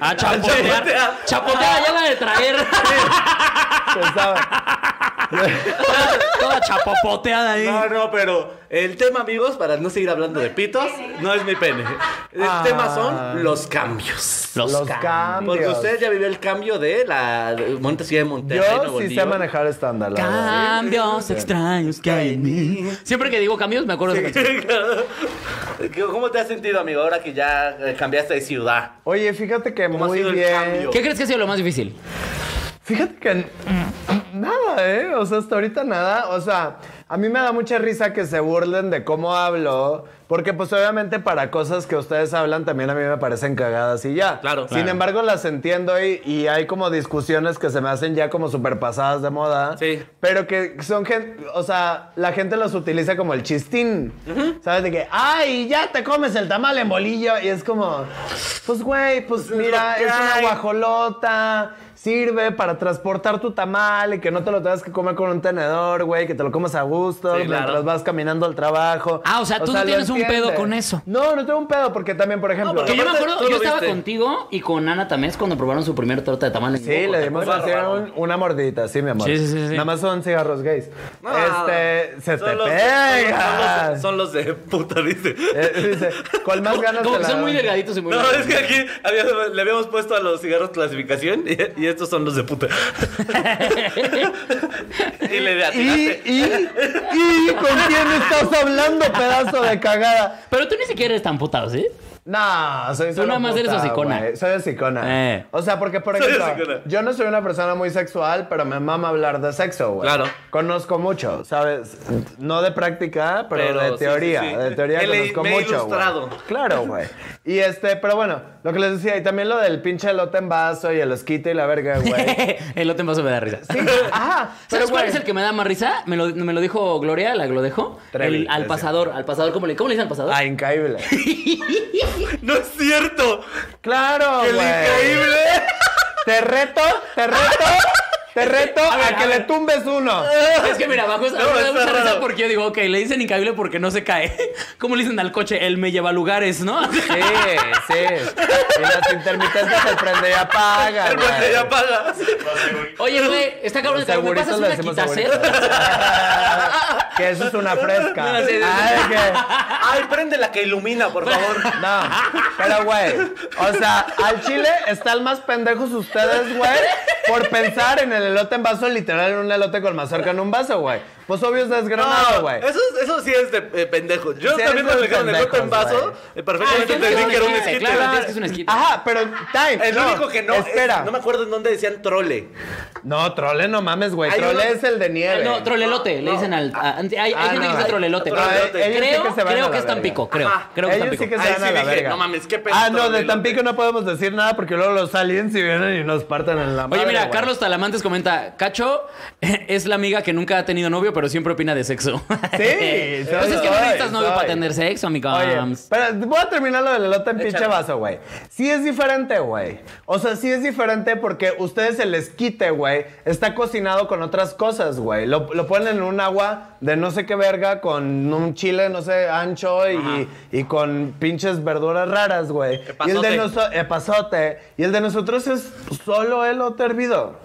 A chapotear. Chapoteada ya la de traer.
Pensaba.
Toda chapopoteada ahí.
No, no, pero el tema, amigos, para no seguir hablando de pitos, no es mi pene. El
Ah.
tema son los cambios.
Los,
Los
ca-
cambios.
Porque usted ya vivió el cambio de la bonita ciudad de Monterrey.
Yo
Nuevo
sí sé
León.
manejar estándar. la verdad.
cambios extraños que hay en mí. Siempre que digo cambios, me acuerdo de esa canción.
¿Cómo te has sentido, amigo, ahora que ya eh, cambiaste de ciudad?
Oye, fíjate que
¿Cómo ha
muy
sido el
bien.
cambio?
¿Qué crees que ha sido lo más difícil?
Fíjate que n- nada, ¿eh? O sea, hasta ahorita nada. O sea, a mí me da mucha risa que se burlen de cómo hablo, porque pues obviamente para cosas que ustedes hablan también a mí me parecen cagadas y ya.
Claro.
Sin
Claro.
embargo, las entiendo y, y hay como discusiones que se me hacen ya como super pasadas de moda.
Sí.
Pero que son gente, o sea, la gente los utiliza como el chistín. ¿Sabes? De que, ay, ya te comes el tamal en bolillo. Y es como, pues güey, pues
es
mira,
lo que
es una
hay.
guajolota, sirve para transportar tu tamal y que no te lo tengas que comer con un tenedor, güey, que te lo comas a gusto
Sí,
mientras
claro.
vas caminando al trabajo.
Ah, o sea, tú no
lo
tienes un pedo
entiendes.
con eso.
No, no tengo un pedo porque también, por ejemplo...
porque
Que yo me
Aparte, tú
acuerdo,
lo
yo estaba
viste.
contigo y con Ana Tamés cuando probaron su primer torta de tamal en
Sí,
Coco,
le
¿te
dimos
acuerdas?
así un- una mordidita, sí, mi amor.
Uh, Sí, sí, sí, sí.
Nada más son cigarros gays.
Ah,
este, se
son
te
los-
pega.
son los- Son los de puta, dice.
Eh, dice, con más ganas
Como que
te la
son muy
doy.
delgaditos y muy
No,
delgados.
es que aquí había- le habíamos puesto a los cigarros clasificación y, y y estos son los de puta. y le
¿Y,
atinaste.
y, y con quién estás hablando, pedazo de cagada?
Pero tú ni siquiera eres tan putado, ¿sí?
No, soy solo
nada más
puta,
eres hocicona.
güey. Soy hocicona.
Eh.
O sea, porque, por
Soy
ejemplo,
hocicona.
yo no soy una persona muy sexual, pero me mama hablar de sexo, güey.
Claro.
Conozco mucho, ¿sabes? No de práctica, pero,
Pero
de
sí,
teoría.
sí, sí.
De teoría
He leí-
conozco
me he
mucho, güey.
ilustrado.
Claro, güey. Y este, pero bueno, lo que les decía, y también lo del pinche elote en vaso y el esquite y la verga, güey.
el otro vaso me da risa.
Sí, ajá.
¿Sabes
pero,
cuál
güey,
es el que me da más risa? Me lo, me lo dijo Gloria, la lo dejó.
Trevi,
El- al
ese.
pasador, al pasador, ¿cómo le, ¿cómo le dicen al pasador?
Ah, increíble.
¡No es cierto!
Claro,
¡El
güey.
increíble!
Te reto, te reto, te reto a,
A ver,
que
a
le
ver.
tumbes uno.
Es que mira, abajo es, a mí me da
está
mucha risa
raro.
porque yo digo, ok, le dicen incaíble porque no se cae. ¿Cómo le dicen al coche? Él me lleva a lugares, ¿no?
Sí, sí. Y las intermitentes se prende y apaga.
El
güey.
bote ya paga.
Oye, güey, está cabrón,
Los
¿te- ¿me pasas
seguritos le
una
decimos
quitaset?
seguritos. Que eso es una fresca. Ah,
No, sí, sí, sí.
Ay, que-
Ay, prende la que ilumina, por favor.
No, pero güey, o sea, al chile están más pendejos ustedes, güey, por pensar en el elote en vaso, literal, en un elote con mazorca en un vaso, güey. Pues obvio es desgranado, güey.
eso, eso sí es de eh, pendejo. Yo
Sí,
también cuando
eres de
me dijeron el bote en
pendejos,
vaso,
güey.
eh, perfectamente
Ah, entiendo
entendí que era un
que-
esquite.
claro, entiendo que es un esquite.
Ajá, pero time.
El
no,
único que no. es-
Espera.
no me acuerdo en dónde decían trole.
No, trole no mames, güey.
Hay
Trole
uno-
es el de nieve.
No, trolelote, le
no.
dicen al. a- hay hay
Ah,
gente
no,
que dice
no,
trolelote.
no, ellos-
creo
ellos sí que se van a
creo
la
que es Tampico, creo.
Ajá.
Ah, Creo que es
Ellos
Tampico.
sí que se
Ahí
van
sí
a la
dije,
verga.
no mames, qué pedo
Ah, no, de
trolelote.
Tampico no podemos decir nada porque luego los aliens si vienen y nos partan en la madre.
Oye, mira,
güey.
Carlos Talamantes comenta, Cacho es la amiga que nunca ha tenido novio, pero siempre opina de sexo.
Sí, soy,
Pues es que no
soy,
necesitas novio
soy.
para tener sexo, Pues, amigo.
Oye, pero voy a terminar lo del elote en pinche
Échalo.
vaso, güey. Sí es diferente, güey. O sea, sí es diferente porque ustedes el esquite, güey, está cocinado con otras cosas, güey. Lo, lo ponen en un agua de no sé qué verga con un chile, no sé, ancho y, y con pinches verduras raras, güey. Y el de
Epazote.
noso- epazote. Y el de nosotros es solo elote hervido.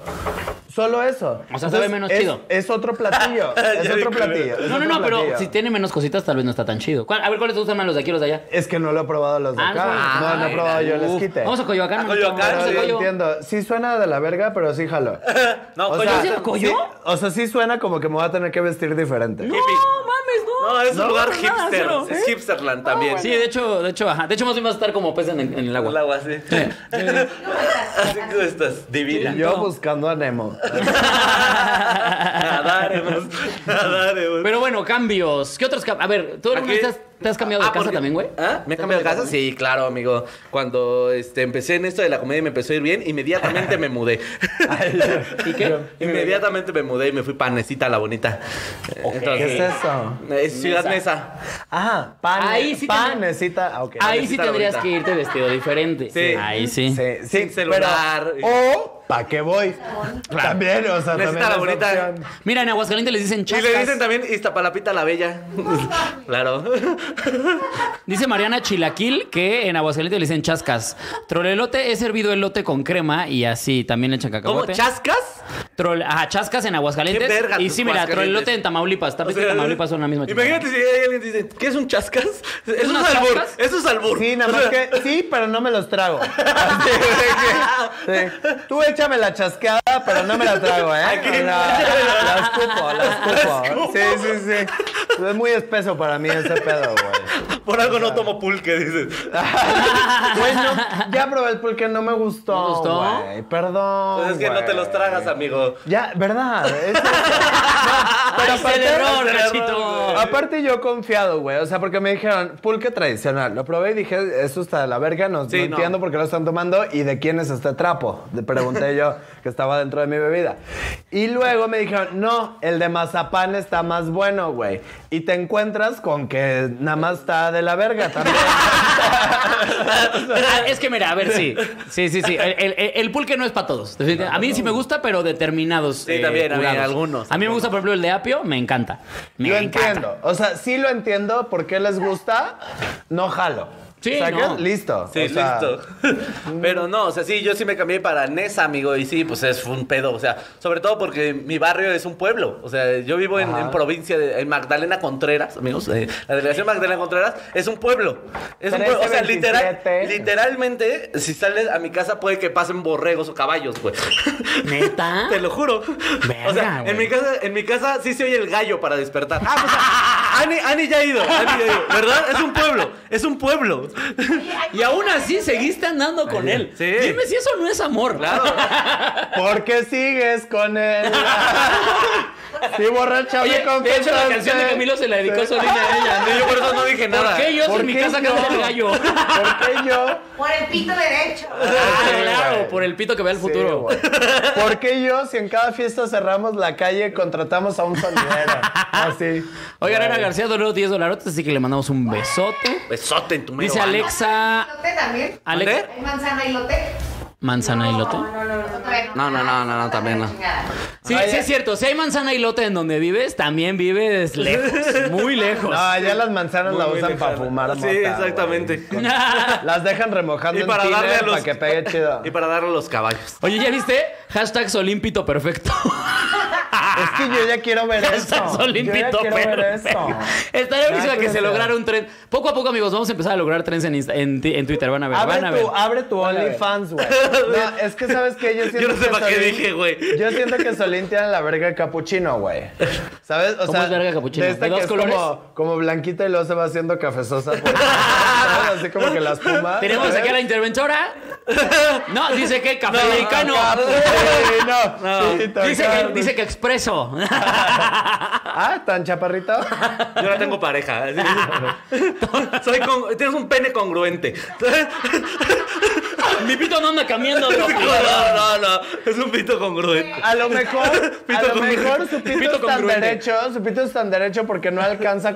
Solo eso.
O sea, sabe menos
es-
chido.
Es otro platillo. es
Ya
otro
vi
platillo. es
No, no,
otro
no, pero
platillo.
si tiene menos cositas, tal vez no está tan chido. ¿Cuál- A ver, ¿cuáles te gustan más los de aquí o los de allá?
Es que no lo he probado los de
Ah,
acá.
no,
No,
no,
no he
no,
probado
no.
yo el esquite.
Vamos a Coyoacán.
A
manito,
Coyoacán,
vamos a
sí,
Pero
Coyo.
entiendo. Sí suena de la verga, pero sí jalo.
No,
O
coño,
sea,
ese-
¿sí lo coño?
sí- o sea, sí suena como que me voy a tener que vestir diferente.
No,
Hippie.
mames, no.
No, es un
No,
lugar
nada,
hipster.
cero.
Es hipsterland también.
Sí, de hecho, de hecho, ajá. De hecho, más bien vas a estar como pez en, en el
El
agua.
agua, sí. Así que tú estás divina.
Yo buscando a Nemo.
Nadaremos. Nadaremos.
Pero bueno, cambios. ¿Qué otros cambios? A ver, ¿tú alguna vez
Aquí-
te has, te has cambiado de
Ah,
casa
porque-
también, güey?
¿Ah? ¿Me he cambiado de casa? Sí, claro, amigo. Cuando este, empecé en esto de la comedia y me empezó a ir bien, inmediatamente me mudé.
¿Y qué?
Inmediatamente me mudé y me fui para Necita la bonita.
¿Qué es eso?
Es Ciudad Mesa.
Ah, pan.
Ahí sí
pan
tenemos-
necesita. ah, ok.
Ahí
necesita
sí
la
tendrías
bonita.
que irte vestido diferente.
Sí.
Ahí sí.
Sí, sí,
Sin celular.
pero- o, ¿pa' qué voy? También, o sea,
Necesita
también
la
es
bonita.
opción.
Mira, en Aguascalientes les dicen
Y
chascas.
le dicen también Iztapalapita la Bella. claro.
Dice Mariana Chilaquil que en Aguascalientes le dicen chascas. Trolelote es hervido elote con crema y así también le echan
¿Cómo?
cacahuate.
¿Chascas?
Trol- ajá, chascas en Aguascalientes.
Qué verga
y
tus
sí, mira,
Aguascalientes.
trolelote en Tamaulipas. También
O sea,
Tamaulipas son la misma chingada.
Imagínate si hay alguien que dice, ¿qué es un chascas? Eso es
unas
albur.
chascas?
Eso es albur.
Sí, nada
O
más
sea,
que. Sí, pero no me los trago. Sí. Tú échame la chasqueada, pero no me la trago, ¿eh?
Aquí.
La, la escupo, la escupo. Sí, sí, sí. Es muy espeso para mí ese pedo, güey.
Por algo no tomo pulque, dices.
Güey, no, ya probé el pulque, no me gustó.
¿No gustó?
güey. Perdón.
Pues es que no te los
güey.
tragas, amigo.
Ya, ¿verdad? Es eso. No,
Ay, se le erró,
se le erró,
Nachito.
Aparte yo confiado, güey. O sea, porque me dijeron pulque tradicional. Lo probé y dije, esto está de la verga, no,
Sí,
no
no.
entiendo por qué lo están tomando y de quién es este trapo. Le pregunté yo que estaba dentro de mi bebida. Y luego me dijeron, no, el de mazapán está más bueno, güey. Y te encuentras con que nada más está de la verga también.
Ah, es que mira, a ver, sí. Sí, sí, sí. El, el- el pulque no es para todos. definitivamente. A mí sí me gusta, pero determinados.
Sí, también, a mí,
curados.
algunos.
A mí me gusta, por ejemplo, el de apio, me encanta. Me
Yo
encanta.
entiendo. O sea, sí lo entiendo por qué les gusta, no jalo.
Sí,
Sacas,
no.
listo.
Sí,
O sea,
listo. Pero no, o sea, sí, yo sí me cambié para Nesa, amigo, y sí, pues es fue un pedo, o sea, sobre todo porque mi barrio es un pueblo, o sea, yo vivo en, en provincia, de, en Magdalena Contreras, amigos, eh, la delegación Magdalena Contreras es un pueblo, es un pueblo, o sea, literal,
1327.
literalmente, si sales a mi casa puede que pasen borregos o caballos, güey.
¿Neta?
Te lo juro. o
Verga,
sea, en
güey.
mi, casa, en mi casa sí se oye el gallo para despertar. Ah, pues ah, Ani, Ani ya ha ido, Ani ya ha ido, ¿verdad? Es un pueblo, es un pueblo.
Y aún así seguiste andando con él.
Sí.
Dime si eso no es amor.
Claro.
¿Por qué sigues con él? Sí, borracha,
Oye,
me
de hecho, la
confesaste.
canción de Camilo se la dedicó
Sí.
solita a ella.
Yo por eso no dije nada.
¿Por qué yo
¿Por
en mi
qué
casa
yo?
canto el gallo?
¿Por qué yo?
Por el pito derecho.
Ah,
Sí,
claro,
güey.
por el pito que ve al
Sí,
futuro.
güey. ¿Por qué yo si en cada fiesta cerramos la calle contratamos a un sonidero? Así.
Oiga, Ana García donó 10 dolarotes, así que le mandamos un besote.
Besote en tu mero
Dice
ano.
Alexa.
¿Lote también?
Alex.
¿Mande?
¿Hay manzana y lote?
¿Manzana y lote?
No, no, no.
No, no, no, no, no, también no.
Sí,
Ay,
sí
ya.
es cierto. Si hay manzana y lote en donde vives, también vives lejos. Muy lejos.
No, allá las manzanas la usan para fumar.
Sí,
mota, güey.
exactamente.
Las dejan remojando
Y
en
para darle a los-
para que pegue chido.
Y para darle a los caballos.
Oye, ¿ya viste? Hashtag solímpito perfecto.
Es que yo ya quiero ver
Hashtag
eso. Yo ya
solímpito
quiero ver
perfecto.
eso.
Estaría buenísimo que
quiero
se
ver.
lograra un tren. Poco a poco, amigos, vamos a empezar a lograr trends en, Insta- en, ti- en Twitter. Van a ver, Pues van a
Abre
ver.
tu, abre tu OnlyFans, güey. No, es que sabes que yo siento
Yo no sé
que
para qué
Solín-
dije, güey.
Yo siento que Solín tiene la verga capuchino, güey. ¿Sabes? O
¿Cómo
sea,
es verga capuchino? ¿De
De esta
dos
que es
colores?
como, como blanquita y luego se va haciendo cafezosa. por- ¿sabes? Así como que las pumas.
Tenemos aquí a la interventora. No, dice que café mexicano.
Ah, Capuchino.
Dice que, dice que expreso.
Ah, tan chaparrito.
Yo no tengo pareja. así. Soy con- tienes un pene congruente.
Mi pito no anda cambiando.
No,
¿no?
no, no. Es un pito congruente.
A lo mejor, a
Pito
lo
con-
mejor su pito,
pito
es tan
congruente.
derecho, su pito es tan derecho porque no alcanza a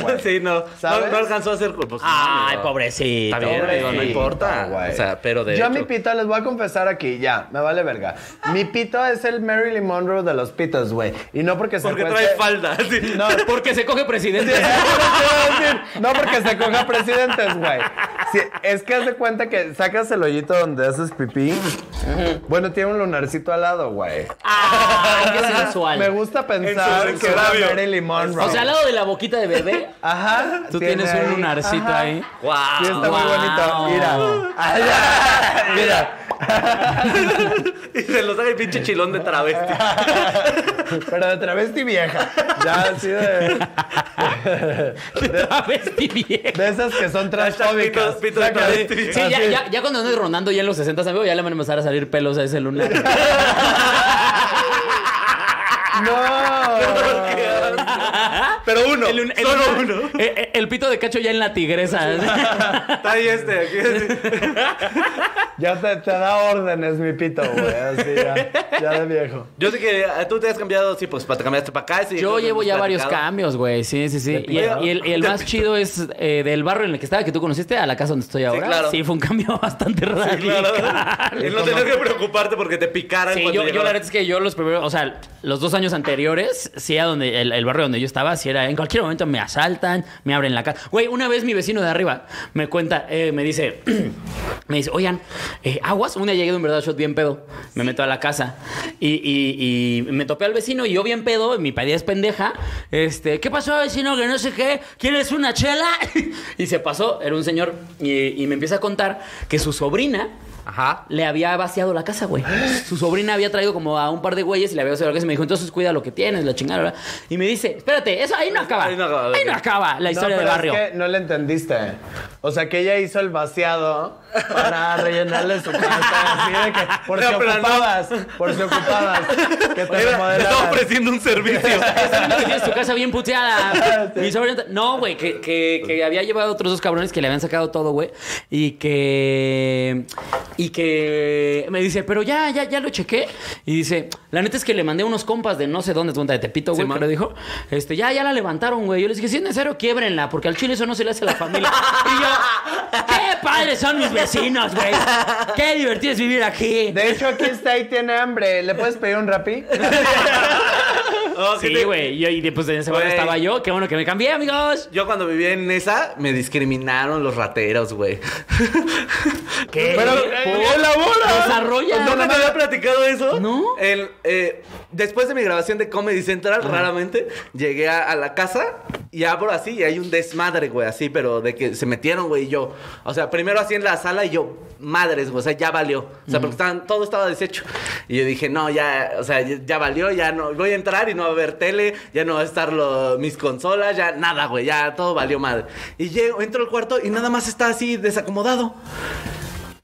güey.
Sí, no. No,
¿Sabes?
no alcanzó a hacer cuerpos.
Ay, pobrecito.
Está bien, amigo, no
güey.
importa.
Guay.
O sea, pero de
Yo a
hecho-
mi pito les voy a confesar aquí, ya, me vale verga. Mi pito es el Marilyn Monroe de los pitos, güey. Y no porque se
Porque
cueste-
trae falda. así.
No,
Porque se coge presidente.
no porque se coja presidentes, güey. Sí, es que haz de cuenta que sacas el hoyito donde haces pipí. Bueno, tiene un lunarcito al lado, güey.
Ay, qué sensual.
Me gusta pensar
en su
que era
labio.
Marilyn Monroe.
O sea, al lado de la boquita de bebé,
Ajá.
tú
tiene
tienes un lunarcito
ajá.
ahí.
Guau.
Sí, está muy
Wow.
bonito. Mira. Allá. Mira.
Y se lo saca el pinche chilón de travesti.
Pero de travesti vieja. Ya, así de.
Travesti vieja.
De esas que son transfóbicas.
Hashtag pito- pito de
Sacas.
travesti.
Sí, ya, ya, ya cuando andes rondando ya en los 60, amigo, ya le van a empezar a salir pelos a ese lunar.
No.
Pero uno.
El, un- el-
solo uno.
eh, eh, el pito de cacho ya en la tigresa.
Está ahí este. Aquí así.
Ya te, te da órdenes, mi pito, güey. Así ya. Ya de viejo.
Yo sé que eh, tú te has cambiado, sí, pues pa- te cambiaste para acá. sí, creo
Yo
que
llevo
hemos
ya varios
platicado.
cambios, güey. Sí, sí, sí. Y,
pito.
y el, y el
De
más
pito.
chido es eh, del barrio en el que estaba, que tú conociste, a la casa donde estoy ahora. Sí,
claro.
fue un cambio bastante radical.
Claro. Y no tener que preocuparte porque te picaran
Sí,
cuando
yo, yo la
llegara.
verdad es que yo los primeros, o sea, los dos años anteriores, sí era donde el, el barrio donde yo estaba, sí era, en cualquier momento me asaltan, me abren la casa. Güey, una vez mi vecino de arriba me cuenta, eh, me dice, me dice, oigan, eh, aguas, un día llegué de un verdad shot bien pedo, me meto a la casa y, y- y me topé al vecino y yo bien pedo, mi padre es pendeja, este, ¿qué pasó vecino? Que no sé qué, ¿quieres una chela? y se pasó, era un señor y, y me empieza a contar que su sobrina
Ajá.
le había vaciado la casa, güey. Su sobrina había traído como a un par de güeyes y le había vaciado la casa y me dijo, entonces cuida lo que tienes, la chingada, ¿verdad? Y me dice, espérate, eso ahí no acaba.
Ahí no acaba,
Ahí no
ok.
acaba la historia
no,
del
pero
barrio.
Es que no le entendiste. O sea, que ella hizo el vaciado para rellenarle su casa. Así de que, por si
No, pero no.
ocupabas, por si ocupabas, que te
Era- te estaba
remodelaran.
ofreciendo un servicio.
Tú Tienes tu casa bien
Ah,
puteada. Mi sobrina- No, güey, que, que- que había llevado otros dos cabrones que le habían sacado todo, güey. Y que. Y que. Me dice, pero ya, ya, ya lo chequé. Y dice, la neta es que le mandé unos compas de no sé dónde, de Tepito, güey, pero dijo, este, ya, ya la levantaron, güey. Yo les dije, si es necesario, quiebrenla, porque al chile eso no se le hace a la familia. Y yo, qué padres son mis vecinos, güey. Qué divertido es vivir aquí.
De hecho, aquí está y tiene hambre. ¿Le puedes pedir un rapi?
No, que
Sí,
te-
güey. Y, y después en ese barrio
Güey.
estaba yo. Qué bueno que me cambié, amigos.
Yo cuando vivía en esa, me discriminaron los rateros, güey.
¿Qué?
Pero, eh,
bola! Desarrolla.
¿Nunca te había platicado eso?
¿No?
El, eh, después de mi grabación de Comedy Central, raramente, llegué a, a la casa y abro así y hay un desmadre, güey, así, pero de que se metieron, güey, y yo. O sea, primero así en la sala y yo, madres, güey, o sea, ya valió. O sea, porque estaban- todo estaba deshecho. Y yo dije, no, ya, o sea, ya, ya valió, ya no, voy a entrar y no va a haber tele, ya no va a estar lo- mis consolas, ya nada, güey, ya todo valió madre. Y llego, entro al cuarto y nada más está así desacomodado.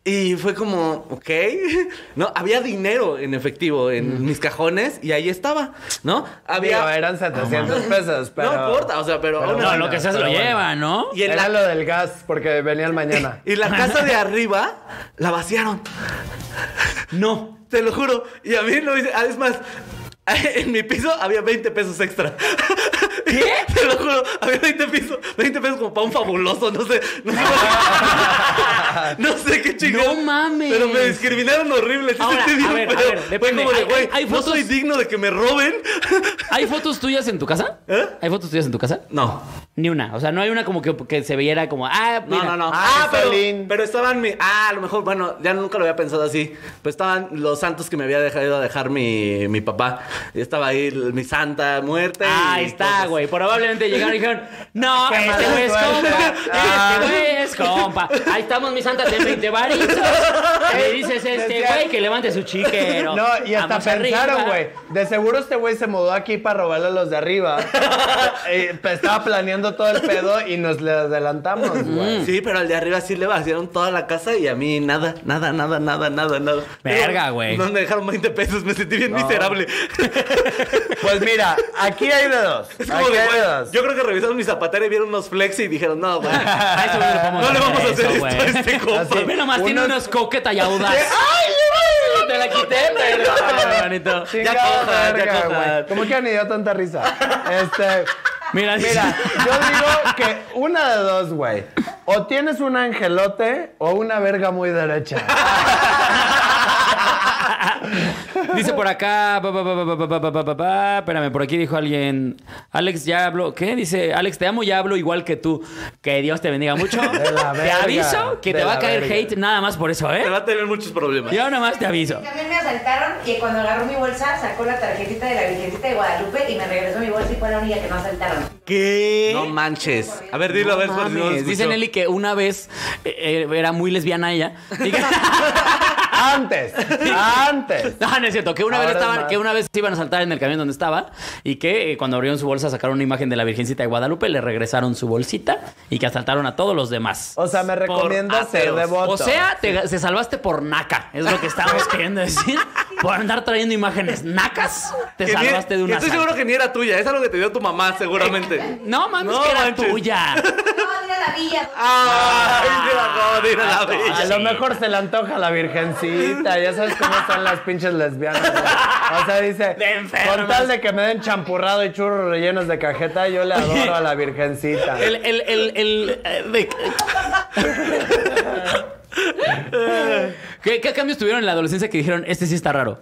Y fue como, ok, ¿no? Había dinero en efectivo en mis cajones y ahí estaba, ¿no?
Digo,
Había...
eran 700 pesos, pero...
No importa, o sea, pero...
Pero
aún
No,
así-
lo que sea se lo
Pero bueno.
lleva, ¿no?
Y en
Era
la-
lo del gas, porque venía el mañana.
Y la casa de arriba la vaciaron. No, te lo juro. Y a mí lo hice. ah, Es más, en mi piso había 20 pesos extra. ¿Qué? Te lo juro, había 20 pesos. 20 pesos como para un fabuloso, no sé. No sé, no sé qué chingón.
No mames.
Pero me discriminaron horrible. Sí
Ahora,
sentí bien
a ver, a
feo.
ver,
Fue
depende.
como de,
Hay-
güey,
hay- hay
no soy
fotos-
digno de que me roben.
¿Hay fotos tuyas en tu casa?
¿Eh?
¿Hay fotos tuyas en tu casa?
No.
Ni una. O sea, no hay una como que, que se viera como, ah,
No,
mira.
no, no.
Ah,
Ah, pero,
Solín.
pero estaban mi. Ah, a lo mejor, bueno, ya nunca lo había pensado así. Pero estaban los santos que me había dejado dejar mi, mi papá. Y estaba ahí el- mi santa muerte.
Ah,
y
Ahí está,
cosas.
güey. Probablemente llegaron y dijeron, no,
Qué
este
mala
güey es
suerte.
compa.
Ah.
Este güey es compa. Ahí estamos mis santas de 20 varitos. Le dices a este
Decía-
güey que levante su chiquero.
No, y hasta
Vamos arriba.
pensaron, güey. De seguro este güey se mudó aquí para robarle a los de arriba. Eh, pues, estaba planeando todo el pedo y nos le adelantamos, güey.
Sí, pero al de arriba sí le vaciaron toda la casa y a mí nada, nada, nada, nada, nada, nada.
Verga,
Digo,
güey.
No me dejaron 20 pesos, me sentí bien miserable.
Pues mira, aquí hay de dos.
Es como
Aquí
de,
hay
güey,
de dos.
yo creo que revisaron mi zapatera y vieron unos flex y dijeron, no, güey.
A ese güey le podemos
No le vamos a hacer
eso,
esto a
güey.
este compa.
Así.
Ve nomás tiene
Unos-
unos coqueta y audaz. Te la quité, pero. hermanito.
Chingada
cojan, ya
verga,
cojan.
güey. ¿Cómo que han ido tanta risa? Este.
Mira, dice-
Mira, yo digo que una de dos, güey. O tienes un angelote o una verga muy derecha.
Dice por acá, pa, pa, pa, pa, pa, pa, pa, pa, pa, pa. espérame, por aquí dijo alguien, Alex, ya hablo, ¿qué? Dice, Alex, te amo, ya hablo igual que tú. Que Dios te bendiga mucho.
De la
Te
verga,
aviso que
de
te va a
la
caer
verga.
hate nada más por eso,
Te
¿eh?
va a tener muchos problemas.
Yo nomás te aviso.
Y también me asaltaron y cuando agarró mi bolsa sacó la tarjetita de la Virgencita de Guadalupe y me regresó mi bolsa y fue la única que no asaltaron.
¿Qué?
No manches. A ver, dilo, a ver. por si no lo escuchó.
Dice Nelly que una vez eh, eh, era muy lesbiana ella. Y que-
Antes, antes.
No, no es cierto, que una
Ahora
vez
es
estaban,
más.
que una vez se iban a saltar en el camión donde estaba y que eh, cuando abrieron su bolsa sacaron una imagen de la Virgencita de Guadalupe, le regresaron su bolsita y que asaltaron a todos los demás.
O sea, me recomiendas ser
ateos.
devoto.
O sea, te, se salvaste por naca, es lo que estábamos queriendo decir. Por andar trayendo imágenes nacas, te
Que ni-
salvaste de
que
una.
Estoy seguro que ni era tuya, es algo que te dio tu mamá, seguramente.
No mames,
No
que era
manches.
tuya.
No, mira la villa.
Ah.
¡Ay, mira, no, mira la bella!
A lo mejor se le antoja a la virgencita, ya sabes cómo están las pinches lesbianas. güey. O sea, dice,
De enfermas.
con tal de que me den champurrado y churros rellenos de cajeta, yo le adoro a la virgencita.
El, el, el, el, eh, de- ¿Qué, qué cambios tuvieron en la adolescencia que dijeron, este sí está raro?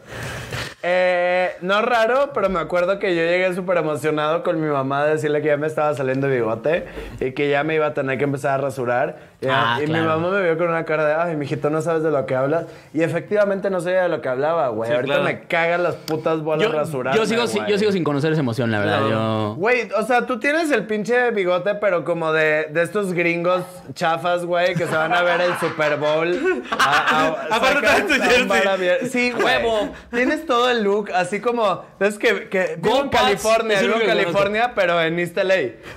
Eh, no raro, pero me acuerdo que yo llegué súper emocionado con mi mamá a decirle que ya me estaba saliendo bigote y que ya me iba a tener que empezar a rasurar. Y,
Ah,
y
claro.
mi mamá me vio con una cara de, ay, mijito, no sabes de lo que hablas. Y efectivamente no sabía de lo que hablaba, güey.
Sí,
Ahorita
claro.
me cagan las putas bolas
Yo,
rasuradas.
yo sigo, sin- yo sigo sin conocer esa emoción, la verdad. Yo...
Güey, o sea, tú tienes el pinche bigote, pero como de, de estos gringos chafas, güey, que se van a ver el Super Bowl. A,
Aparte traes tu
sacan
jersey.
abier- Sí, güey.
Huevo.
Tienes todo el look, así como, es que, que vivo en
Go Pats,
California,
es el
vivo en
único que
California, pero en East LA.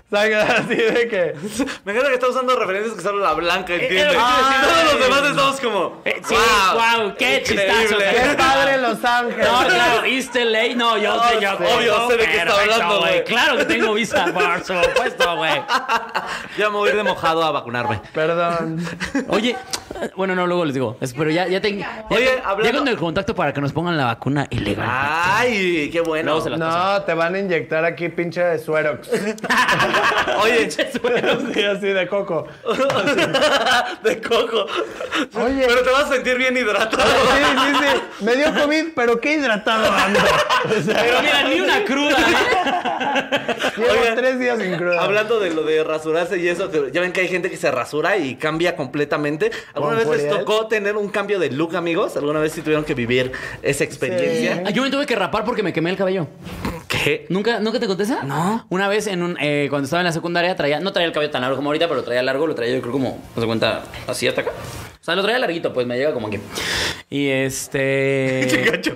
¿Sabes? Así de que...
Me encanta que está usando referencias que solo la blanca entiende.
eh,
Y
sí.
todos los demás estamos como.
Eh, sí, guau, qué chistazo,
¡Qué
qué
padre Los Ángeles!
No, claro, East LA, no, yo,
No,
sé, yo
sí, obvio, sé de qué está
perfecto,
hablando, güey.
Claro que tengo vista, por supuesto, güey.
Ya me voy a ir de mojado a vacunarme.
Perdón.
Oye, Bueno, no, luego les digo. Es- pero ya, ya tengo.
Oye, hablando- Ah,
Lleguen el contacto para que nos pongan la vacuna ilegal.
Ay, qué bueno.
Luego se la-
No, te van a inyectar aquí pinche de suerox.
Oye,
Sí, así de coco.
de coco.
Oye.
Pero te vas a sentir bien hidratado.
Sí, sí, sí. Me dio COVID, pero qué hidratado ando. O sea,
Pero mira, ni una cruda. ¿eh?
llevo
Oigan,
tres días sin
Ah.
cruda.
Hablando de lo de rasurarse y eso, que ya ven que hay gente que se rasura y cambia completamente. ¿Alguna vez
Con
les
L'Oreal.
tocó tener un cambio de look, amigos? ¿Alguna vez sí tuvieron que vivir esa experiencia?
Yo me tuve que rapar porque me quemé el cabello.
¿Qué?
¿Nunca, ¿Nunca te conté esa?
No.
Una vez en un, eh, cuando estaba en la secundaria traía, no traía el cabello tan largo como ahorita, pero traía largo, lo traía yo creo como, no se cuenta, así hasta acá. O sea, lo traía larguito, pues me llega como aquí. Y
Qué
este.
gacho.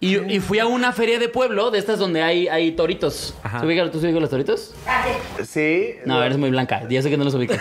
y, y fui a una feria de pueblo, de estas donde hay, hay toritos.
Ajá.
¿Se ubica- ¿Tú se ubicas los toritos?
Ah, sí.
Sí.
No, eres muy blanca. Ya sé que no los ubico.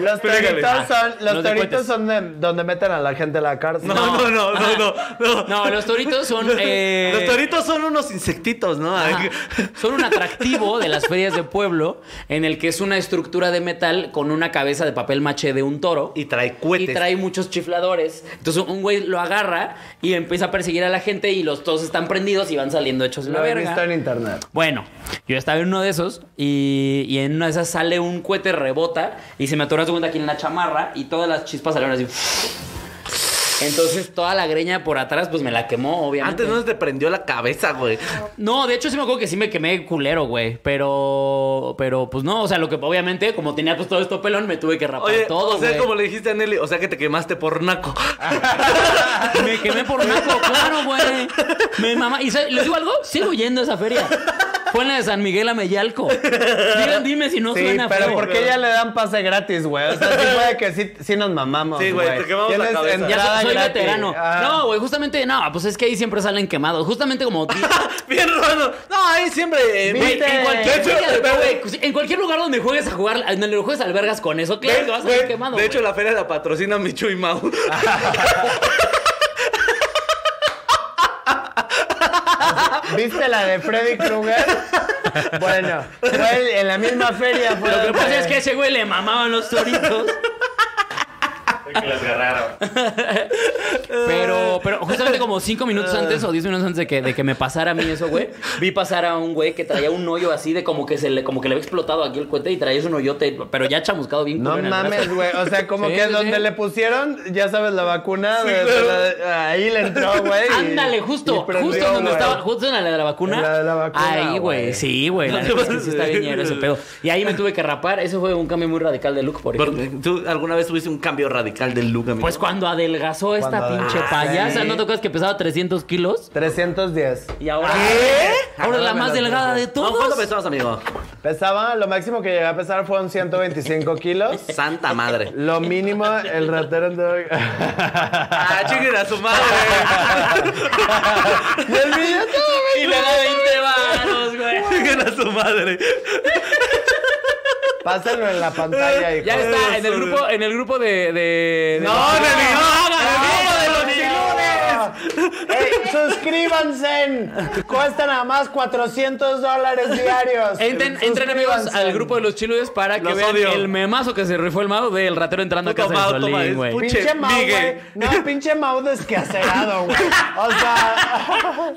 Los
Pégale.
toritos son,
Ah,
los
los de
toritos
cohetes.
son de- donde meten a la gente a la cárcel.
No, no, no, no, no. no.
No, los toritos son. eh,
Los toritos son unos insectitos, ¿no?
Ajá. Ah, Son un atractivo de las ferias de pueblo en el que es una estructura de metal con una cabeza de papel maché de un toro.
Y trae cohetes.
Y trae muchos chifladores. Entonces un güey lo agarra y empieza a perseguir a la gente y los todos están prendidos y van saliendo hechos la
Lo he visto en
verga.
internet.
Bueno, yo estaba en uno de esos y, y en una de esas sale un cohete, rebota y se me atoró haz de cuenta aquí en la chamarra y todas las chispas salieron así. Entonces toda la greña por atrás pues me la quemó, obviamente.
Antes no se te prendió la cabeza, güey.
No, de hecho sí me acuerdo que sí me quemé culero, güey. Pero, pero pues no, o sea, lo que obviamente, como tenía pues todo esto pelón, me tuve que rapar
Oye,
todo,
o sea,
güey.
como le dijiste a Nelly, o sea que te quemaste por naco.
Me quemé por naco, claro, güey. Me mamá. ¿Y sabe- les digo algo? Sigo yendo a esa feria. Fue en la de San Miguel Ameyalco. Digan, dime si no
Sí,
suena
pero
feo.
¿por qué ya le dan pase gratis, güey? O sea, sí puede que sí, sí nos mamamos,
Sí, güey, te quemamos la
Tienes
cabeza.
Ya
entrada
soy, soy
gratis.
veterano.
Ah.
No, güey, justamente, no, pues es que ahí siempre salen quemados. Justamente como.
Bien raro. No, ahí siempre. eh,
Viste.
güey, en cualquier-
De hecho,
feria de
Güey,
pueblo-
en cualquier lugar donde juegues a jugar, donde le juegues albergas con eso, claro que vas a
Güey,
ser quemado.
De
güey.
hecho, la feria la patrocina Michu y Mau.
¿Viste la de Freddy Krueger? bueno, fue el- en la misma feria. Fue
Lo que
donde-
pasa es que a ese güey le mamaban los toritos. Pero, pero justamente como cinco minutos antes o diez minutos antes de que, de que me pasara a mí eso, güey, vi pasar a un güey que traía un hoyo así de como que se le, como que le había explotado aquí el cohete y traía un hoyote, pero ya chamuscado bien.
No
culero en el
mames,
brazo.
güey. O sea, como
Sí,
que
sí,
donde
sí.
le pusieron, ya sabes, la vacuna. de- de la- ahí le entró, güey. y-
Ándale,
y
justo,
prendió,
justo donde
güey.
estaba, justo en la de la vacuna.
En la de la vacuna,
Ahí, güey,
güey.
sí, güey. La neta es que sí está bien ñero ese pedo. Y ahí me tuve que rapar. Eso fue un cambio muy radical de look, por ejemplo.
¿Tú alguna vez tuviste un cambio radical del look, amigo?
Pues cuando adelgazó esta
Cuando
pinche
adelgazó.
payasa,
Ah, sí.
¿no te acuerdas que pesaba 300 kilos?
310.
Y ahora.
¿Qué?
Ahora es
Ahora
la
me
más
las
delgada
dejo.
de
No,
todos.
¿cuánto pesabas, amigo?
Pesaba, lo máximo que llegué a pesar fueron 125 kilos.
Santa madre.
Lo mínimo, el ratero de hoy.
Ah, chinguen a su madre.
y el billete,
Y me da 20 varos, güey.
Chinguen a su madre.
Pásenlo en la pantalla, hijo.
Ya está, en el
Dios,
grupo, en el grupo de. de- de-
No, Nelly, no, no,
¡No, no,
Nelly,
no! ¡Ey, suscríbanse! Cuesta nada más 400 dólares diarios.
Entren, entren, amigos al grupo de los chiludes para que
Los
vean
odio.
el memazo que se rifó el mago del ratero entrando
Puto
a casa
Mau,
de
toma,
Solín,
es
güey.
puto-
Pinche Mau, güey.
Migue.
No, pinche Mau desquacerado, güey. O sea,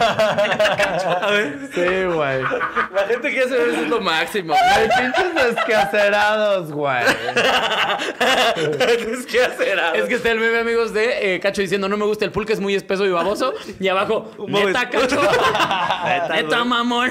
A ver,
sí, güey.
la gente que hace ver eso es lo máximo.
Hay pinches desquacerados, güey.
es que hacer
Es que está el meme, amigos, de eh, Cacho diciendo no me gusta el pulque, es muy espeso y baboso. Y abajo, neta,
momento.
Cacho. neta, mamón.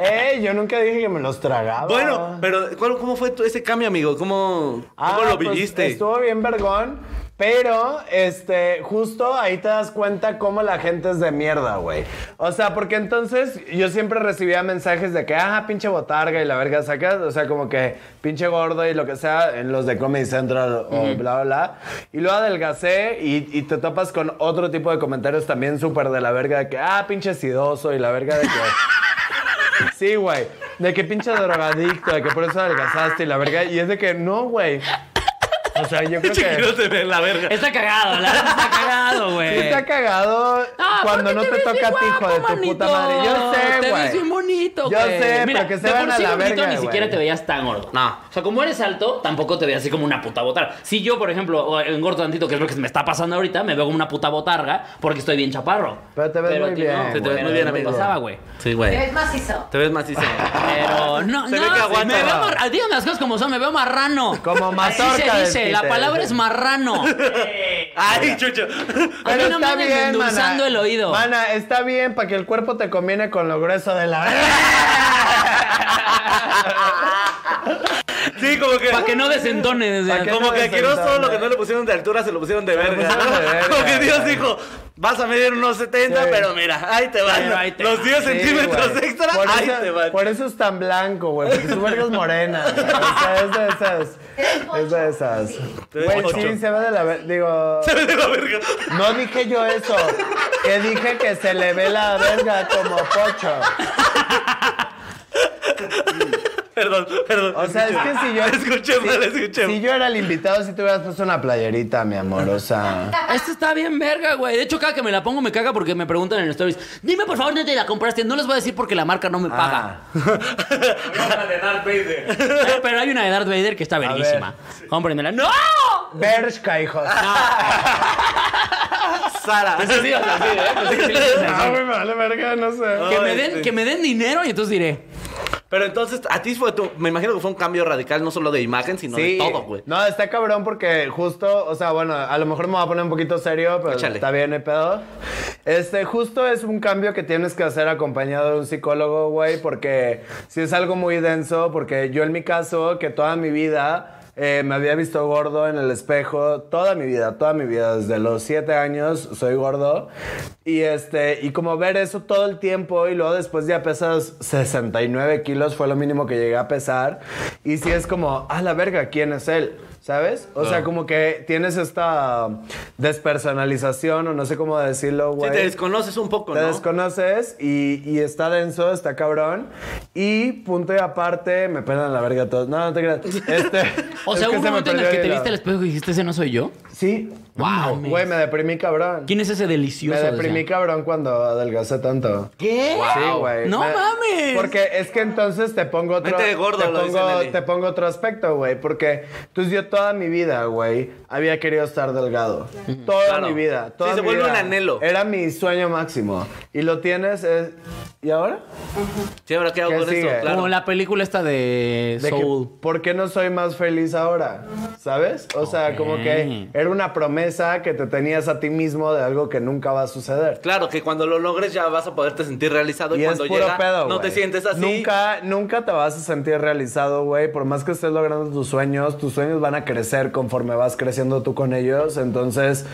Ey, yo nunca dije que me los tragaba.
Ah.
Bueno, pero ¿cuál- ¿cómo fue tu- ese cambio, amigo? ¿Cómo,
Ah,
cómo lo
pues,
viviste?
estuvo bien vergón, pero este, justo ahí te das cuenta cómo la gente es de mierda, güey. O sea, porque entonces yo siempre recibía mensajes de que, ah, pinche botarga y la verga sacas, o sea, como que pinche gordo y lo que sea, en los de Comedy Central o bla, bla, bla. Y luego adelgacé y, y te topas con otro tipo de comentarios también súper de la verga, de que, ah, pinche sidoso y la verga de que... Sí, güey. De que pinche drogadicto, de que por eso adelgazaste y la verga. Y es de que no, güey. O sea, yo creo que.
te ve la verga.
Está cagado, la verdad está cagado, güey.
Sí está cagado
Ah,
cuando
porque
no te,
ves bien
toca a ti, hijo
guapo,
de tu puta
manito.
madre. Yo
Te
sé,
ves
güey.
bien bonito,
Ya
güey.
sé, pero que se
de
vayan
por
a
sí
la
gordito
verga,
ni
güey.
siquiera te veías tan gordo.
No.
O sea, como eres alto, tampoco te veías así como una puta botarga. Si yo, por ejemplo, o- engordo tantito, que es lo que me está pasando ahorita, me veo como una puta botarga porque estoy bien chaparro.
Pero te ves
a
muy
ti
bien,
no.
Te- te ves
Pero
muy bien,
no me
amigo.
pasaba, güey. Eh.
Sí,
Te
güey.
ves macizo.
Te ves macizo.
Pero no,
Se
no,
ve que aguanta.
me veo mar- dígame las cosas como son, me veo marrano.
Como
Así
mazorca
se
del
dice, la
Peter.
palabra es marrano.
Ay, chucho.
A mí
Pero
no me
está
anden
bien,
endulzando
mana.
el oído.
Mana, está bien para que el cuerpo te combine con lo grueso de la.
Sí, como que.
Para que no desentone. o sea,
Pa' que
Como
no
que a Quiroz todo lo que no le pusieron de altura se lo pusieron de verga. Porque Dios dijo, vas a medir unos 70,
Sí.
pero mira, ahí te van.
Pero ahí te
los 10
Sí,
centímetros
güey.
extra,
Por
ahí
eso,
te van.
Por eso es tan blanco, güey. Porque su verga es morena. güey. O sea, es de esas. Es de esas.
Te ves
Güey,
pocho.
sí, se ve de la. ver- Digo.
Se ve de la verga.
No dije yo eso. Que dije que se le ve la verga como pocho.
Perdón, perdón.
O sea, es que si yo.
Escuché mal, escuché
Si
mal.
yo era el invitado, si te hubieras puesto una playerita, mi amor. O sea.
Esto está bien verga, güey. De hecho, cada que me la pongo me caga porque me preguntan en stories. Dime, por favor, dónde la compraste. No les voy a decir porque la marca no me
Ah.
paga. Eh, Pero hay una de Darth Vader que está verguísima. Cómprenmela. ¡No!
Bershka, hijos.
Ah, Sara. ¿eh?
Ah, güey, me vale verga, no sé.
Que me,
Ay,
den,
sí.
que me den dinero y entonces diré.
Pero entonces, a ti fue tu. Me imagino que fue un cambio radical, no solo de imagen, sino de todo, güey.
No, está cabrón porque justo, o sea, bueno, a lo mejor me voy a poner un poquito serio, pero
Échale.
está bien, no hay pedo. Este, justo es un cambio que tienes que hacer acompañado de un psicólogo, güey, porque sí es algo muy denso, porque yo en mi caso, que toda mi vida... eh, me había visto gordo en el espejo toda mi vida, toda mi vida, desde los siete años soy gordo. Y este, y como ver eso todo el tiempo y luego después ya pesas 69 kilos fue lo mínimo que llegué a pesar. Y si es como, ah, la verga, ¿quién es él? ¿Sabes? O
Ah.
sea, como que tienes esta despersonalización o no sé cómo decirlo,
Sí,
güey.
te desconoces un poco,
Te
¿no?
desconoces y, y está denso, está cabrón. Y punto y aparte, me pelan la verga todos. No, no te creas. Este,
O
es
sea,
que
hubo un
se me
momento en el
perdió
que te
el
viste al
hilo.
espejo y dijiste, ese no soy yo.
Sí.
Wow.
Güey, me deprimí cabrón.
¿Quién es ese
Me
delicioso?
deprimí
Decía.
cabrón cuando adelgacé tanto.
¿Qué?
Sí, güey.
¡No
Me-
mames!
Porque es que entonces te pongo otro.
Vete de gordo,
te,
lo dice
pongo,
Nelly.
te pongo otro aspecto, güey. Porque entonces yo toda mi vida, güey, había querido estar delgado. Toda
Claro.
mi vida. Toda
Sí, se
mi
vuelve
vida.
un anhelo.
Era mi sueño máximo. Y lo tienes. es- ¿Y ahora?
Sí, ahora qué hago
¿Qué
con
sigue?
esto, claro.
Como la película esta de,
De que,
Soul.
¿Por qué no soy más feliz ahora? ¿Sabes? O sea, como que era una promesa que te tenías a ti mismo de algo que nunca va a suceder.
Claro, que cuando lo logres ya vas a poderte sentir realizado y,
Y es
cuando
puro
llega
pedo,
no te
güey.
sientes así.
Nunca, nunca te vas a sentir realizado, güey. Por más que estés logrando tus sueños, tus sueños van a crecer conforme vas creciendo tú con ellos. Entonces,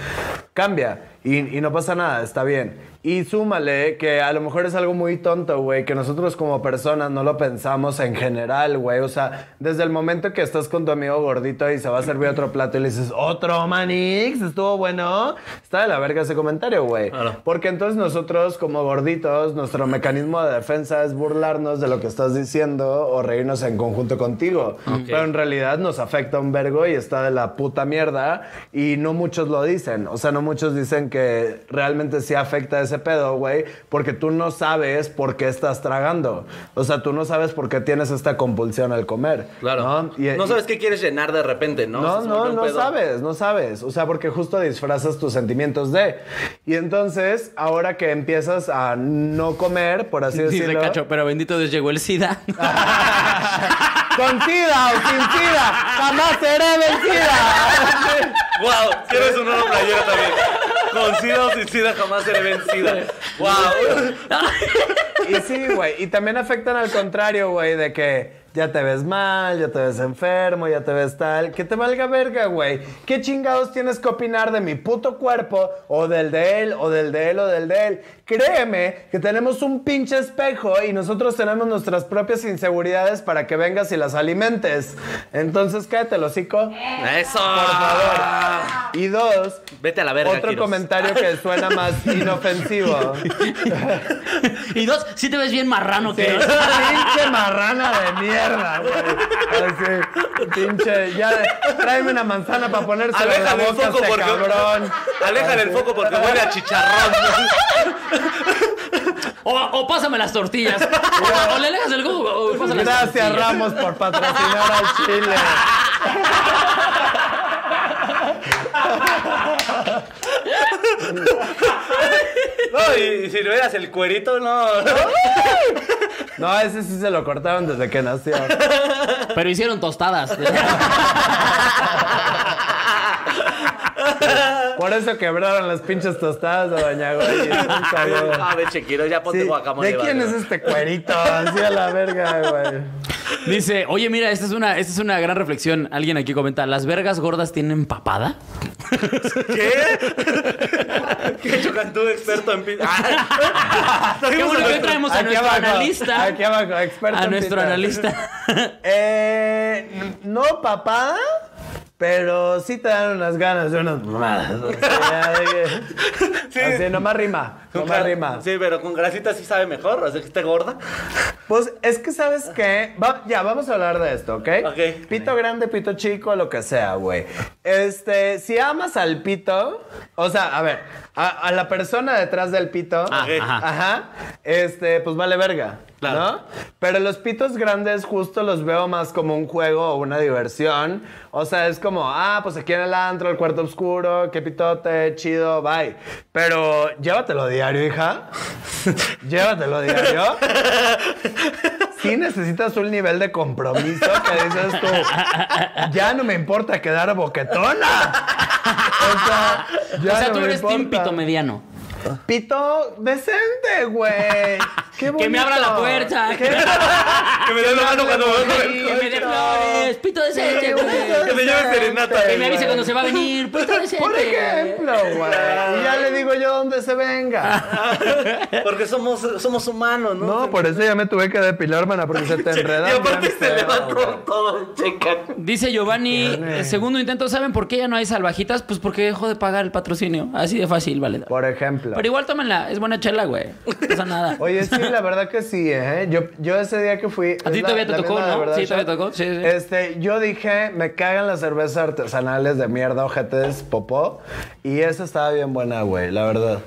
cambia. Y, y no pasa nada, está bien. Y súmale que a lo mejor es algo muy tonto, güey, que nosotros como personas no lo pensamos en general, güey. O sea, desde el momento que estás con tu amigo gordito y se va a servir otro plato y le dices, otro manix, estuvo bueno. Está de la verga ese comentario, güey.
Claro.
Porque entonces nosotros, como gorditos, nuestro mecanismo de defensa es burlarnos de lo que estás diciendo o reírnos en conjunto contigo. Pero en realidad nos afecta un vergo y está de la puta mierda. Y no muchos lo dicen. O sea, no muchos dicen que realmente sí afecta ese pedo, güey. Porque tú no sabes por qué estás tragando. O sea, tú no sabes por qué tienes esta compulsión al comer.
Claro.
¿no?
¿No?
Y- y-
sabes qué quieres llenar de repente, ¿no?
no,
Se
no,
vuelve un
no
pedo.
sabes, no sabes. O sea, porque justo disfrazas tus sentimientos de. Y entonces, ahora que empiezas a no comer, por así
Dice
decirlo.
Cacho, pero bendito Dios llegó el SIDA.
Con sida o sin sida, jamás seré vencida.
¡Wow! Quiero es un nuevo playero también. Con sida o sin sida jamás seré vencida. ¡Wow!
Y sí, güey. Y también afectan al contrario, güey, de que ya te ves mal, ya te ves enfermo, ya te ves tal. Que te valga verga, güey. ¿Qué chingados tienes que opinar de mi puto cuerpo o del de él o del de él o del de él? Créeme que tenemos un pinche espejo y nosotros tenemos nuestras propias inseguridades para que vengas y las alimentes. Entonces cállate, el hocico.
¡Eso!
Por favor. Y dos,
Vete a la verga,
otro
Kiros.
comentario que suena más inofensivo.
y dos, sí te ves bien marrano,
Sí,
que
pinche marrana de mierda, güey. Así, pinche, ya, tráeme una manzana para ponérsela en la
Aléjale el
boca a
foco
este
porque.
cabrón.
Aléjale el foco porque huele a chicharrón.
O, o pásame las tortillas. O, o le dejas el Google. O pásame las
Gracias,
tortillas.
Ramos, por patrocinar al Chile.
No, y, y si no eras el cuerito, no.
No, ese sí se lo cortaron desde que nació.
Pero hicieron tostadas.
Por eso quebraron las pinches tostadas de Doña Goyi. Un saludo.
A ver, Chequiro, Ah, ya ponte
Sí,
guacamole.
¿De quién
vale.
es este cuerito? Así a la verga, güey.
Dice, oye, mira, esta es una, esta es una gran reflexión. Alguien aquí comenta, ¿las vergas gordas tienen papada?
¿Qué chocan tú, experto en Ah. pizza?
Qué bueno que hoy traemos a
Aquí
nuestro
abajo,
analista.
Aquí abajo, experto.
A
en
nuestro
pizza.
analista.
Eh, n- no, papá. Pero sí te dan unas ganas de unas mamadas. o sea, de que-
Sí.
Así, nomás rima. Nomás rima.
Sí, pero con grasita sí sabe mejor, así que esté gorda.
Pues es que, ¿sabes qué? Va- ya, vamos a hablar de esto, ¿ok?
Ok.
Pito grande, pito chico, lo que sea, güey. Este, si amas al pito, o sea, a ver, a, a la persona detrás del pito,
ok.
ajá. este, pues vale verga,
Claro.
¿no? Pero los pitos grandes justo los veo más como un juego o una diversión. O sea, es como, ah, pues aquí en el antro, el cuarto oscuro, qué pitote, chido, bye. Pero llévatelo diario, hija. Llévatelo diario. Sí necesitas un nivel de compromiso que dices tú, ya no me importa quedar boquetona. O sea, ya
o sea,
no
tú
me
eres team
importa.
pito mediano.
Pito decente, güey. Qué
Que me abra la
bonito.
puerta.
Que-
Que me dé la mano cuando
Ay, que me dé flores. Pito decente, güey.
Que me lleve serenata.
Que me avise cuando se va a venir. Pues Pito decente.
Eh, Por ejemplo, güey. Y ya le digo yo dónde se
Ah,
venga.
Porque somos, somos humanos, ¿no?
No, por eso ya me tuve que depilar, mana, porque se te enreda.
Y aparte
bien
se
feo, güey.
levantó todo, checa.
Dice Giovanni, eh, segundo intento, ¿saben por qué ya no hay salvajitas? Pues porque dejó de pagar el patrocinio. Así de fácil, vale.
Por ejemplo.
Pero igual tómenla, es buena chela, güey. No pasa nada.
Oye, sí, la verdad que sí, ¿eh? Yo, yo ese día que fui...
A ti
es la-
todavía te
la
tocó,
misma de
¿no?
verdad,
Sí, todavía
Shot.
tocó, sí, sí.
Este, yo dije, me cagan las cervezas artesanales de mierda, ojetes, popó. Y esa estaba bien buena, güey, la verdad.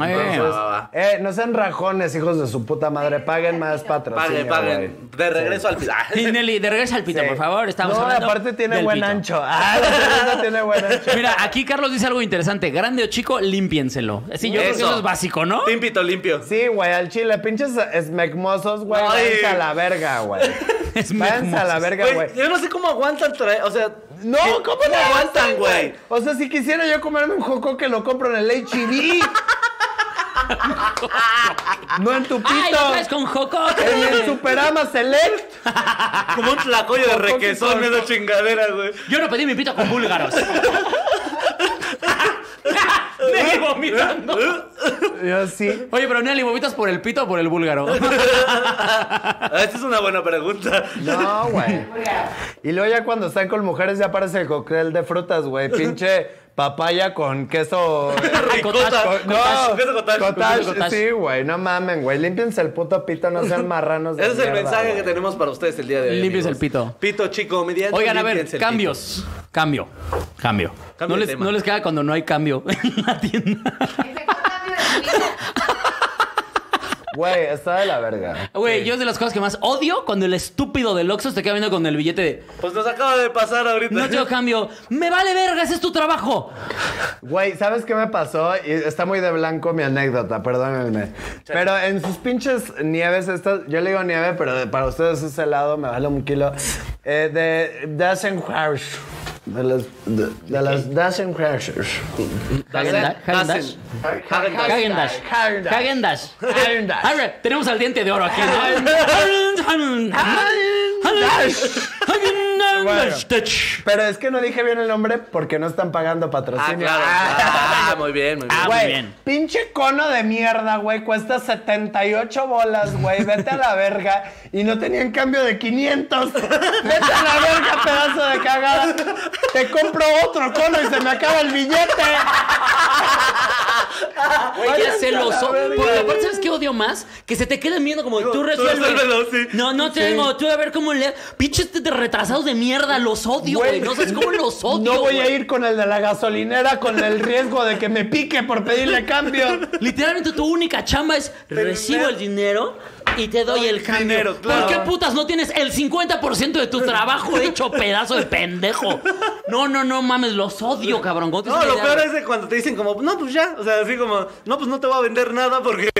Ay,
Entonces,
va, va.
eh, no sean rajones, hijos de su puta madre. Paguen más patrocinio,
Paguen, paguen.
güey.
De regreso al final.
Y Nelly, de regreso al pito,
Sí.
por favor. Estamos
no,
hablando
aparte tiene
del
buen
pito.
ancho. Ah, la cerveza tiene buen ancho.
Mira, aquí Carlos dice algo interesante. Grande o chico, límpienselo. Sí, yo creo que eso es básico, ¿no?
Timpito limpio.
Sí, güey, al chile, pinches esmecmosos, güey,
Ay.
váyanse a la verga, güey. Váyanse a la verga,
Güey,
güey.
yo no sé cómo aguantan traer, o sea...
No,
¿qué-
¿cómo
¿Cómo
le
aguantan, güey?
O sea, si quisiera yo comerme un joco que lo compro en el E H-E-B. no en tu pito.
¡Ay, lo traes con Joco!
En el Superama Select.
Como un tlacoyo de
Con poquito,
requesón,
¿no?
esa chingadera, güey.
Yo no pedí mi pito con búlgaros. Nelly vomitando.
Yo sí.
Oye, pero Nelly, ¿vomitas por el pito o por el búlgaro?
Ah, Esa es una buena pregunta.
No, güey.
Búlgaro.
Y luego ya cuando están con mujeres ya aparece el cóctel de frutas, güey. Pinche papaya con queso.
Ricota.
Con- Ah, no,
Queso cottage.
cottage,
Con queso cottage.
Sí, güey, no mamen, güey. Límpiense el puto pito, no sean marranos. de
Ese es el
mierda,
mensaje que
güey.
tenemos para ustedes el día de hoy.
Limpies el
amigos.
pito.
Pito chico, mediante.
Oigan, a ver,
límpiense el
cambios. Cambio. Cambio.
Cambio
no,
de
les,
tema.
no les queda cuando no hay cambio en la tienda.
Ese fue el cambio de mi vida.
Güey, está de la verga.
Güey, yo es de las cosas que más odio cuando el estúpido del Oxxo te queda viendo con el billete de...
pito. Pues nos acaba de pasar ahorita.
No tengo cambio. ¡Me vale verga! ¡Ese es tu trabajo!
Güey, ¿sabes qué me pasó? Y está muy de blanco mi anécdota, perdónenme. Pero en sus pinches nieves estas, yo le digo nieve, pero de- para ustedes es helado, me vale un kilo. Eh, de Dasen Harsh. De las, de, de las Dasen Harsh.
Hagendash. Hagendash.
Häagen-Dazs.
Hagendash.
Häagen-Dazs.
A ver, tenemos al diente de oro aquí, ¿no? Hagendash.
Pero es que no dije bien el nombre porque no están pagando
Ah,
patrocinio.
claro. Ah, muy bien, muy bien.
Ah, muy
Güey,
bien.
pinche cono de mierda, güey. Cuesta 78 bolas, güey. Vete a la verga. Y no tenían cambio de 500. Vete a la verga, pedazo de cagada. Te compro otro cono y se me acaba el billete.
Güey, ya celoso. Porque aparte, ¿sabes qué odio más? Que se te quedan viendo como tú resuélvelo.
resuélvelo, sí.
No, no tengo. Tú a ver cómo le. Pinches de- de retrasados de mierda. Los odio, güey. No sabes cómo los odio.
No voy a
güey.
ir con el de la gasolinera con el riesgo de que me pique por pedirle cambio.
Literalmente tu única chamba es recibo el dinero y te doy el cambio.
dinero, claro.
¿Por qué putas no tienes el 50% de tu trabajo hecho pedazo de pendejo? No, no, no mames, los odio, cabrón. ¿Cómo te
No,
haces
lo
una idea,
peor
güey?
es de cuando te dicen como, no, pues ya. O sea, así como, no, pues no te voy a vender nada porque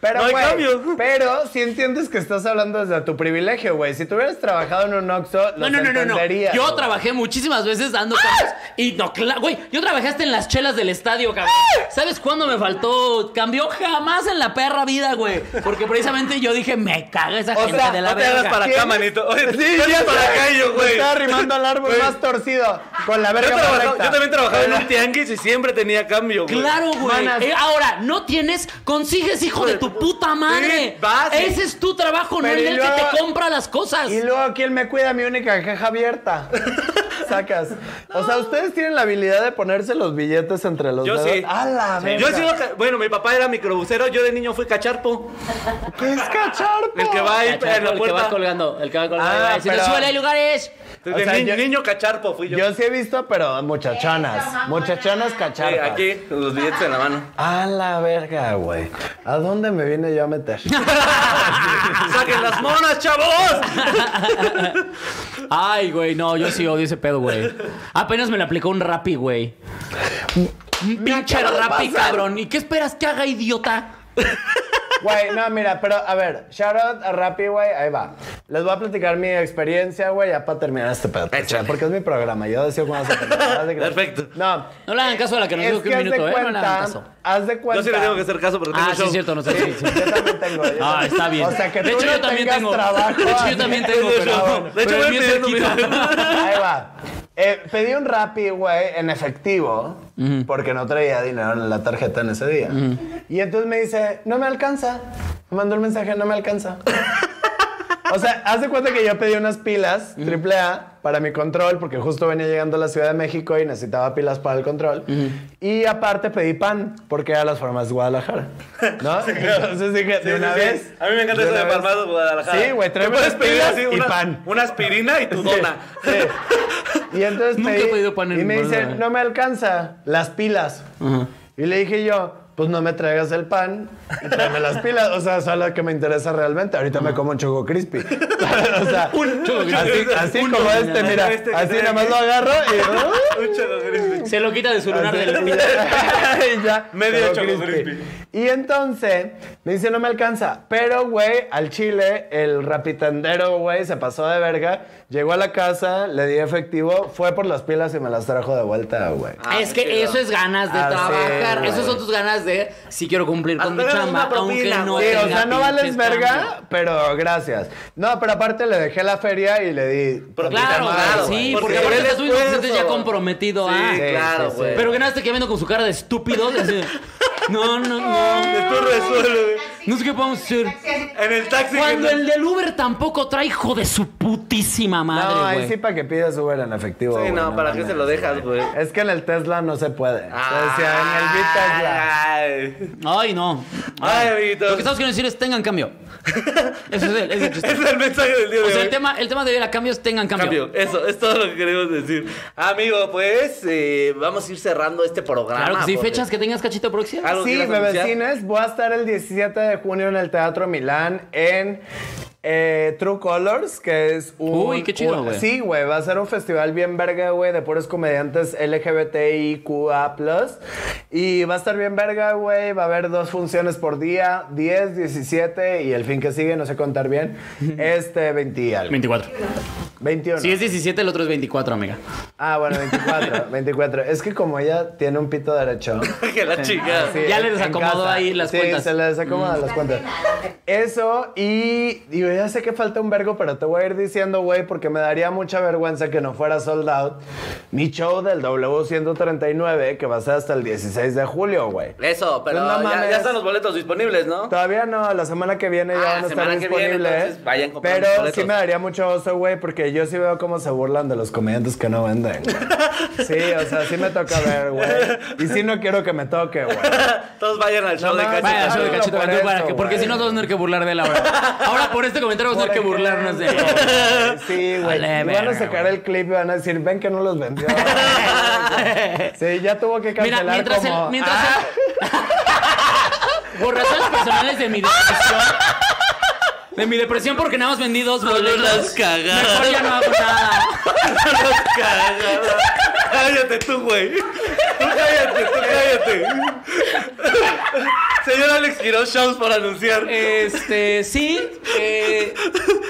Pero,
no hay
güey,
cambio.
pero si entiendes que estás hablando desde tu privilegio, güey. Si tú hubieras trabajado en un Oxxo,
No,
los
no, no, no, no.
entenderías,
Yo
güey.
trabajé muchísimas veces
¡Ah!
dando cambios y no, cla- güey, yo trabajé hasta en las chelas del estadio, cabrón. ¿Sabes cuándo me faltó cambio? Jamás en la perra vida, güey, porque precisamente yo dije, me caga esa gente
sea,
de la
No te hagas
verga".
para acá,
¿Tienes?
manito. Oye,
Sí,
vete
ya
para
sé.
acá, y yo,
Me
güey.
Estaba arrimando al árbol
Güey.
más torcido. Con la
Yo,
verga más
trabajaba-
recta.
yo también trabajaba en un tianguis y siempre tenía cambio, güey.
Claro, güey.
Manas.
Eh, ahora, no tienes, consigues hijo de tu puta madre.
Sí, vas, sí.
Ese es tu trabajo, no
Pero
el
y
del que
luego-
te compra las cosas.
Y luego, ¿quién me cuida? Mi única caja abierta. Sacas. O sea, ustedes tienen la habilidad de ponerse los billetes entre los
Yo
dedos.
sí.
¡A la
Sí.
verga!
Yo he sido ca- bueno, mi papá era microbusero, yo de niño fui cacharpo.
¿Qué es cacharpo?
El que va ahí
Cachaco,
en la
Oh, el que va
puerta.
colgando, el que va colgando.
Ah,
ahí va diciendo,
pero-
"Súbele, hay lugares.
Entonces,
O sea,
ni-
yo-
niño cacharpo fui yo.
Yo sí he visto, pero
Eso,
muchachonas.
mamona.
Muchachonas
Sí,
cacharpas.
aquí, los billetes en la mano.
A la verga, güey. ¿A dónde me vine yo a meter?
¡Saquen las monas, chavos!
Ay, güey, no, yo sí odio ese pedo, güey. Apenas me lo aplicó un rapi, güey. Un pinche
acaba de
rapi,
pasar.
cabrón. ¿Y qué esperas que haga, idiota?
Güey, no, mira, pero a ver, shout out a Rappi, güey, ahí va. Les voy a platicar mi experiencia, güey, ya para terminar este pedo.
Échale.
Porque es mi programa, yo decido cuándo se termina. no te creas.
Perfecto.
No,
No le hagan caso a la que nos
es
dijo
que
que un
haz de
minuto, ¿eh? No le hagan
cuenta,
caso.
haz de cuenta.
Yo sí le tengo que hacer caso porque tengo
Ah, sí,
show.
es cierto, no sé.
Sí,
sí, sí.
yo también tengo. yo
Ah,
también.
está bien.
O sea, que
de
tú
hecho,
no
yo también
tengas
tengo.
trabajo.
de hecho, yo también tengo,
De hecho,
pero.
yo- de hecho,
pero
voy
el mío es
pidiendo mi-
cerquita.
Ahí va. Eh, pedí un Rappi, güey, en efectivo, porque no traía dinero en la tarjeta en ese día. Y entonces me dice, no me alcanza. Me mandó el mensaje, no me alcanza. O sea, haz de cuenta que yo pedí unas pilas triple A para mi control, porque justo venía llegando a la Ciudad de México y necesitaba pilas para el control. Y aparte pedí pan, porque era las farmacias de Guadalajara. ¿No? Entonces dije,
Sí,
de
sí,
una
sí.
vez.
A mí me encanta
de
eso de
una vez.
Palmas Guadalajara.
Sí, güey,
Te
tráeme
puedes
unas pilas
pedir así
y
una-
pan.
Una aspirina y tu
Sí,
dona.
sí. Y entonces
Nunca he
pedí-
pedido pan en
y me dice,
Guadalajara.
no me alcanza las pilas. Y le dije yo, pues no me traigas el pan, y tráeme las pilas. O sea, eso es lo que me interesa realmente. Ahorita me como un choco crispy. o sea,
Un Choco Crispy.
así, así
Un
como
Choco
este,
Crispy.
mira,
Este que
así
trae
nada más
aquí.
lo agarro y...
Un chelo gris.
Se lo quita de su lunar del
Y ya- y ya,
Medio
pero
Choco Crispy.
Y entonces me dice, no me alcanza. Pero, güey, al chile, el rapitendero, güey, se pasó de verga. Llegó a la casa, le di efectivo, fue por las pilas y me las trajo de vuelta, güey.
Ah,
es que
qué chido.
eso es ganas de
Ah, sí,
trabajar.
güey.
Esas son tus ganas de si quiero cumplir con mi
Hasta ganas de
chamba,
una
aunque
propina,
no
Sí,
güey.
tenga
o sea, no vales
pinches cambios.
verga, pero gracias. No, pero aparte le dejé la feria y le di.
Pero
tantita
Claro,
madre,
Claro,
güey, sí,
güey.
porque
Porque
aparte
el
estás viendo que te
esfuerzo.
sientes ya comprometido. ah.
Sí,
sí,
claro,
sí.
güey.
Pero ganaste que viendo con su cara de estúpido. así de, no, no, no.
Tú resuelve.
No sé qué podemos hacer.
En el taxi.
Cuando
que-
el del Uber tampoco trae hijo de su putísima
No, ahí
madre,
sí
güey.
para que pidas Uber en efectivo.
Sí,
güey,
no, ¿para qué
mames,
se lo dejas, güey?
Es que en el Tesla no se puede. o sea, en el
Ah,
V-Tesla.
Ay.
Ay, no.
Ay, amiguitos.
Lo que estamos queriendo decir es tengan cambio. Eso es el, es el
Ese
chiste.
Este es el mensaje del día de
O
hoy.
sea, el tema, el tema de ir a cambio es tengan cambio.
Cambio. Eso es todo lo que queremos decir. Amigo, pues eh, vamos a ir cerrando este programa.
Claro que
Ah,
sí,
pues,
porque-
fechas que tengas cachito próxima.
¿Algo
Sí,
quieras anunciar?
bebecines, voy a estar el 17 de junio en el Teatro Milán en eh, True Colors, que es un...
Uy, qué chido,
un-
güey.
Sí, güey, va a ser un festival bien verga, güey, de puros comediantes LGBTIQA+. Y va a estar bien verga, güey, va a haber dos funciones por día, 10, 17 y el fin que sigue, no sé contar bien, este 20 y algo.
24.
21.
Si es 17, el otro es 24, amiga.
Ah, bueno, 24, 24. Es que como ella tiene un pito derecho...
que la chica.
Sí,
Ya
en-
le
en
desacomodó
casa.
ahí las Mm.
Sí,
cuentas.
se le desacomodan las cuentas. Eso y, y ya sé que falta un vergo, pero te voy a ir diciendo, güey, porque me daría mucha vergüenza que no fuera sold out. Mi show del W139, que va a ser hasta el 16 de julio, güey.
Eso, pero
Pues no
ya,
mames.
ya están los boletos disponibles, ¿no?
Todavía no, la semana que viene ya
Ah,
van a estar
semana que viene,
disponibles.
entonces vayan comprando
pero
boletos.
sí me daría mucho oso, güey, porque yo sí veo cómo se burlan de los comediantes que no venden. güey. Sí, o sea, sí me toca ver, güey. Y sí no quiero que me toque, güey.
Todos vayan al show de
mames.
Cacho.
Vaya, show de
Háganlo
cachito
por
Cantú, para
eso,
que- porque
güey.
si no, todos vamos a tener que burlar de él ahora. Ahora, por este comentario, vamos a tener que
Por ejemplo,
burlarnos de él.
güey. Sí, güey.
Vale,
Y van
verga,
a sacar
güey.
el clip y van a decir, ven que no los vendió. sí, ya tuvo que
Mira,
cancelar
mientras
como... Ah.
él. Mientras él- por razones personales de mi depresión. De mi depresión, porque nada más vendí dos boletos.
las cagadas.
Mejor ya no hago nada.
Cagada. Cállate tú, güey. Tú cállate, tú cállate. Señor Alex Quiroz, shows por anunciar.
Este, sí. eh,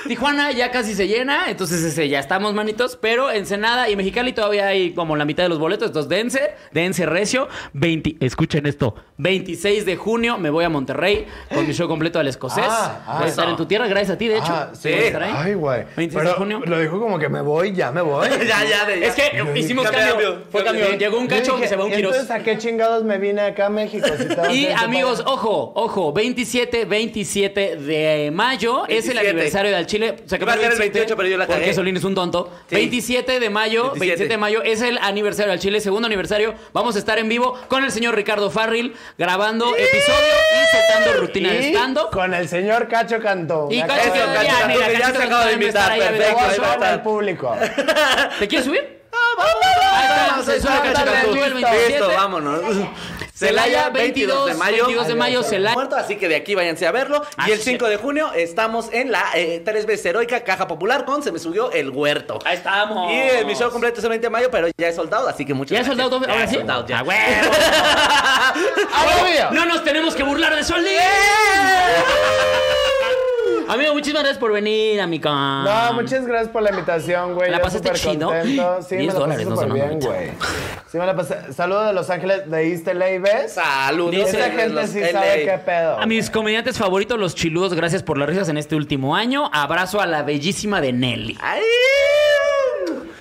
Tijuana ya casi se llena, entonces ese, ya estamos, manitos. Pero Ensenada y Mexicali todavía hay como la mitad de los boletos, entonces dense, dense recio. 20, escuchen esto: 26 de junio me voy a Monterrey con mi show completo del escocés.
Ah, ah,
voy a estar
eso.
en tu tierra, gracias a ti, de hecho.
Ah, sí.
Voy a estar ahí.
Ay, güey.
26 de
Pero
junio.
Lo dijo como que me voy, ya me voy.
Ya, ya, Ah, de ya.
Es que hicimos
Cambio,
cambio.
cambio.
Fue cambio.
Sí.
Llegó un
Yo
cacho
dije,
que se va un
"¿Y
Quiroz.
Entonces, ¿a qué chingados me vine acá a México? si estaba
Y
haciendo
amigos,
para-
ojo, ojo, 27, 27 de mayo es el
27.
aniversario del Chile. O sea, que
Iba a
fue
ser el 28, pero yo la
Porque
cagué.
Solín es un tonto.
Sí.
27 de mayo, 27.
27.
de mayo es el aniversario del Chile, segundo aniversario. Vamos a estar en vivo con el señor Ricardo Farril grabando episodio y soltando rutina de
Y
stand-up.
Con el señor Cacho Cantón.
Y
Me
Cacho
acabo de-
Eso,
Cantón,
Cacho,
ya, mira,
Cantú, ya
Cacho
se acaba de
Cantú va a estar
invitar.
ahí, a ver,
Perfecto, ahí
Voy a
va a
sonar al
estar.
público.
¿Te quieres subir?
Ahí
está,
vamos, ahí
se
está,
sube
Cacho
Cacho
Cantú,
Cantú.
el 27. Listo,
Celaya,
vámonos.
Celaya, 22 de mayo. 22 de mayo,
Adiós,
Celaya.
Muerto, así que de aquí váyanse a verlo.
Ah,
y el
sí,
5 de junio estamos en la eh, tres veces heroica Caja Popular con Se me subió el huerto.
Ahí estamos.
Y eh, mi show completo es el 20 de mayo, pero ya es soldado, así que muchas
¿Ya es
gracias.
soldado? ¿Ahora sí?
es soldado, ya.
¡A huevo!
Ahora mío.
No nos tenemos que burlar de Solín. Amigo, muchísimas gracias por venir, amigo.
No, muchas gracias por la invitación, güey.
¿La
Yo
pasaste
súper
chido?
contento. Sí, me
10
la
dólares,
pasé
no
súper
sonó
bien,
ahorita.
güey. Sí, me la pasé. Saludos de Los Ángeles de East LA, ¿ves?
Saludos.
Dice-
Esa
desde
gente
los
sí
LA.
sabe qué pedo.
A mis comediantes favoritos, los chiludos, gracias por las risas en este último año. Abrazo a la bellísima de Nelly.
Ay.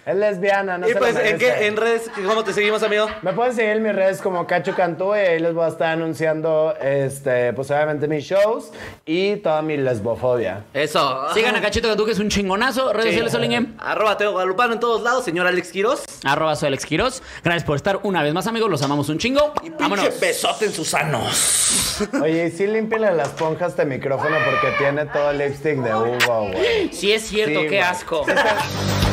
Es lesbiana, no
Y
se
pues,
lo
¿en
merece.
qué? ¿En redes? ¿Cómo te seguimos, amigo?
Me pueden seguir en mis redes como Cacho Cantú y ahí les voy a estar anunciando, este, pues obviamente mis shows y toda mi lesbofobia.
Eso.
Sigan a Cachito Cantú, que es un chingonazo. Redes sociales, Solingen.
Arroba Teo Guadalupano en todos lados, señor Alex Quiroz.
Arroba soy Alex Quiroz. Gracias por estar una vez más, amigos. Los amamos un chingo.
Y pinche
Vámonos.
besote en sus anos.
Oye, y sí límpiale las ponjas este micrófono porque tiene todo el lipstick de Hugo, güey.
Si es cierto,
Sí,
qué
güey.
asco.
Sí, está-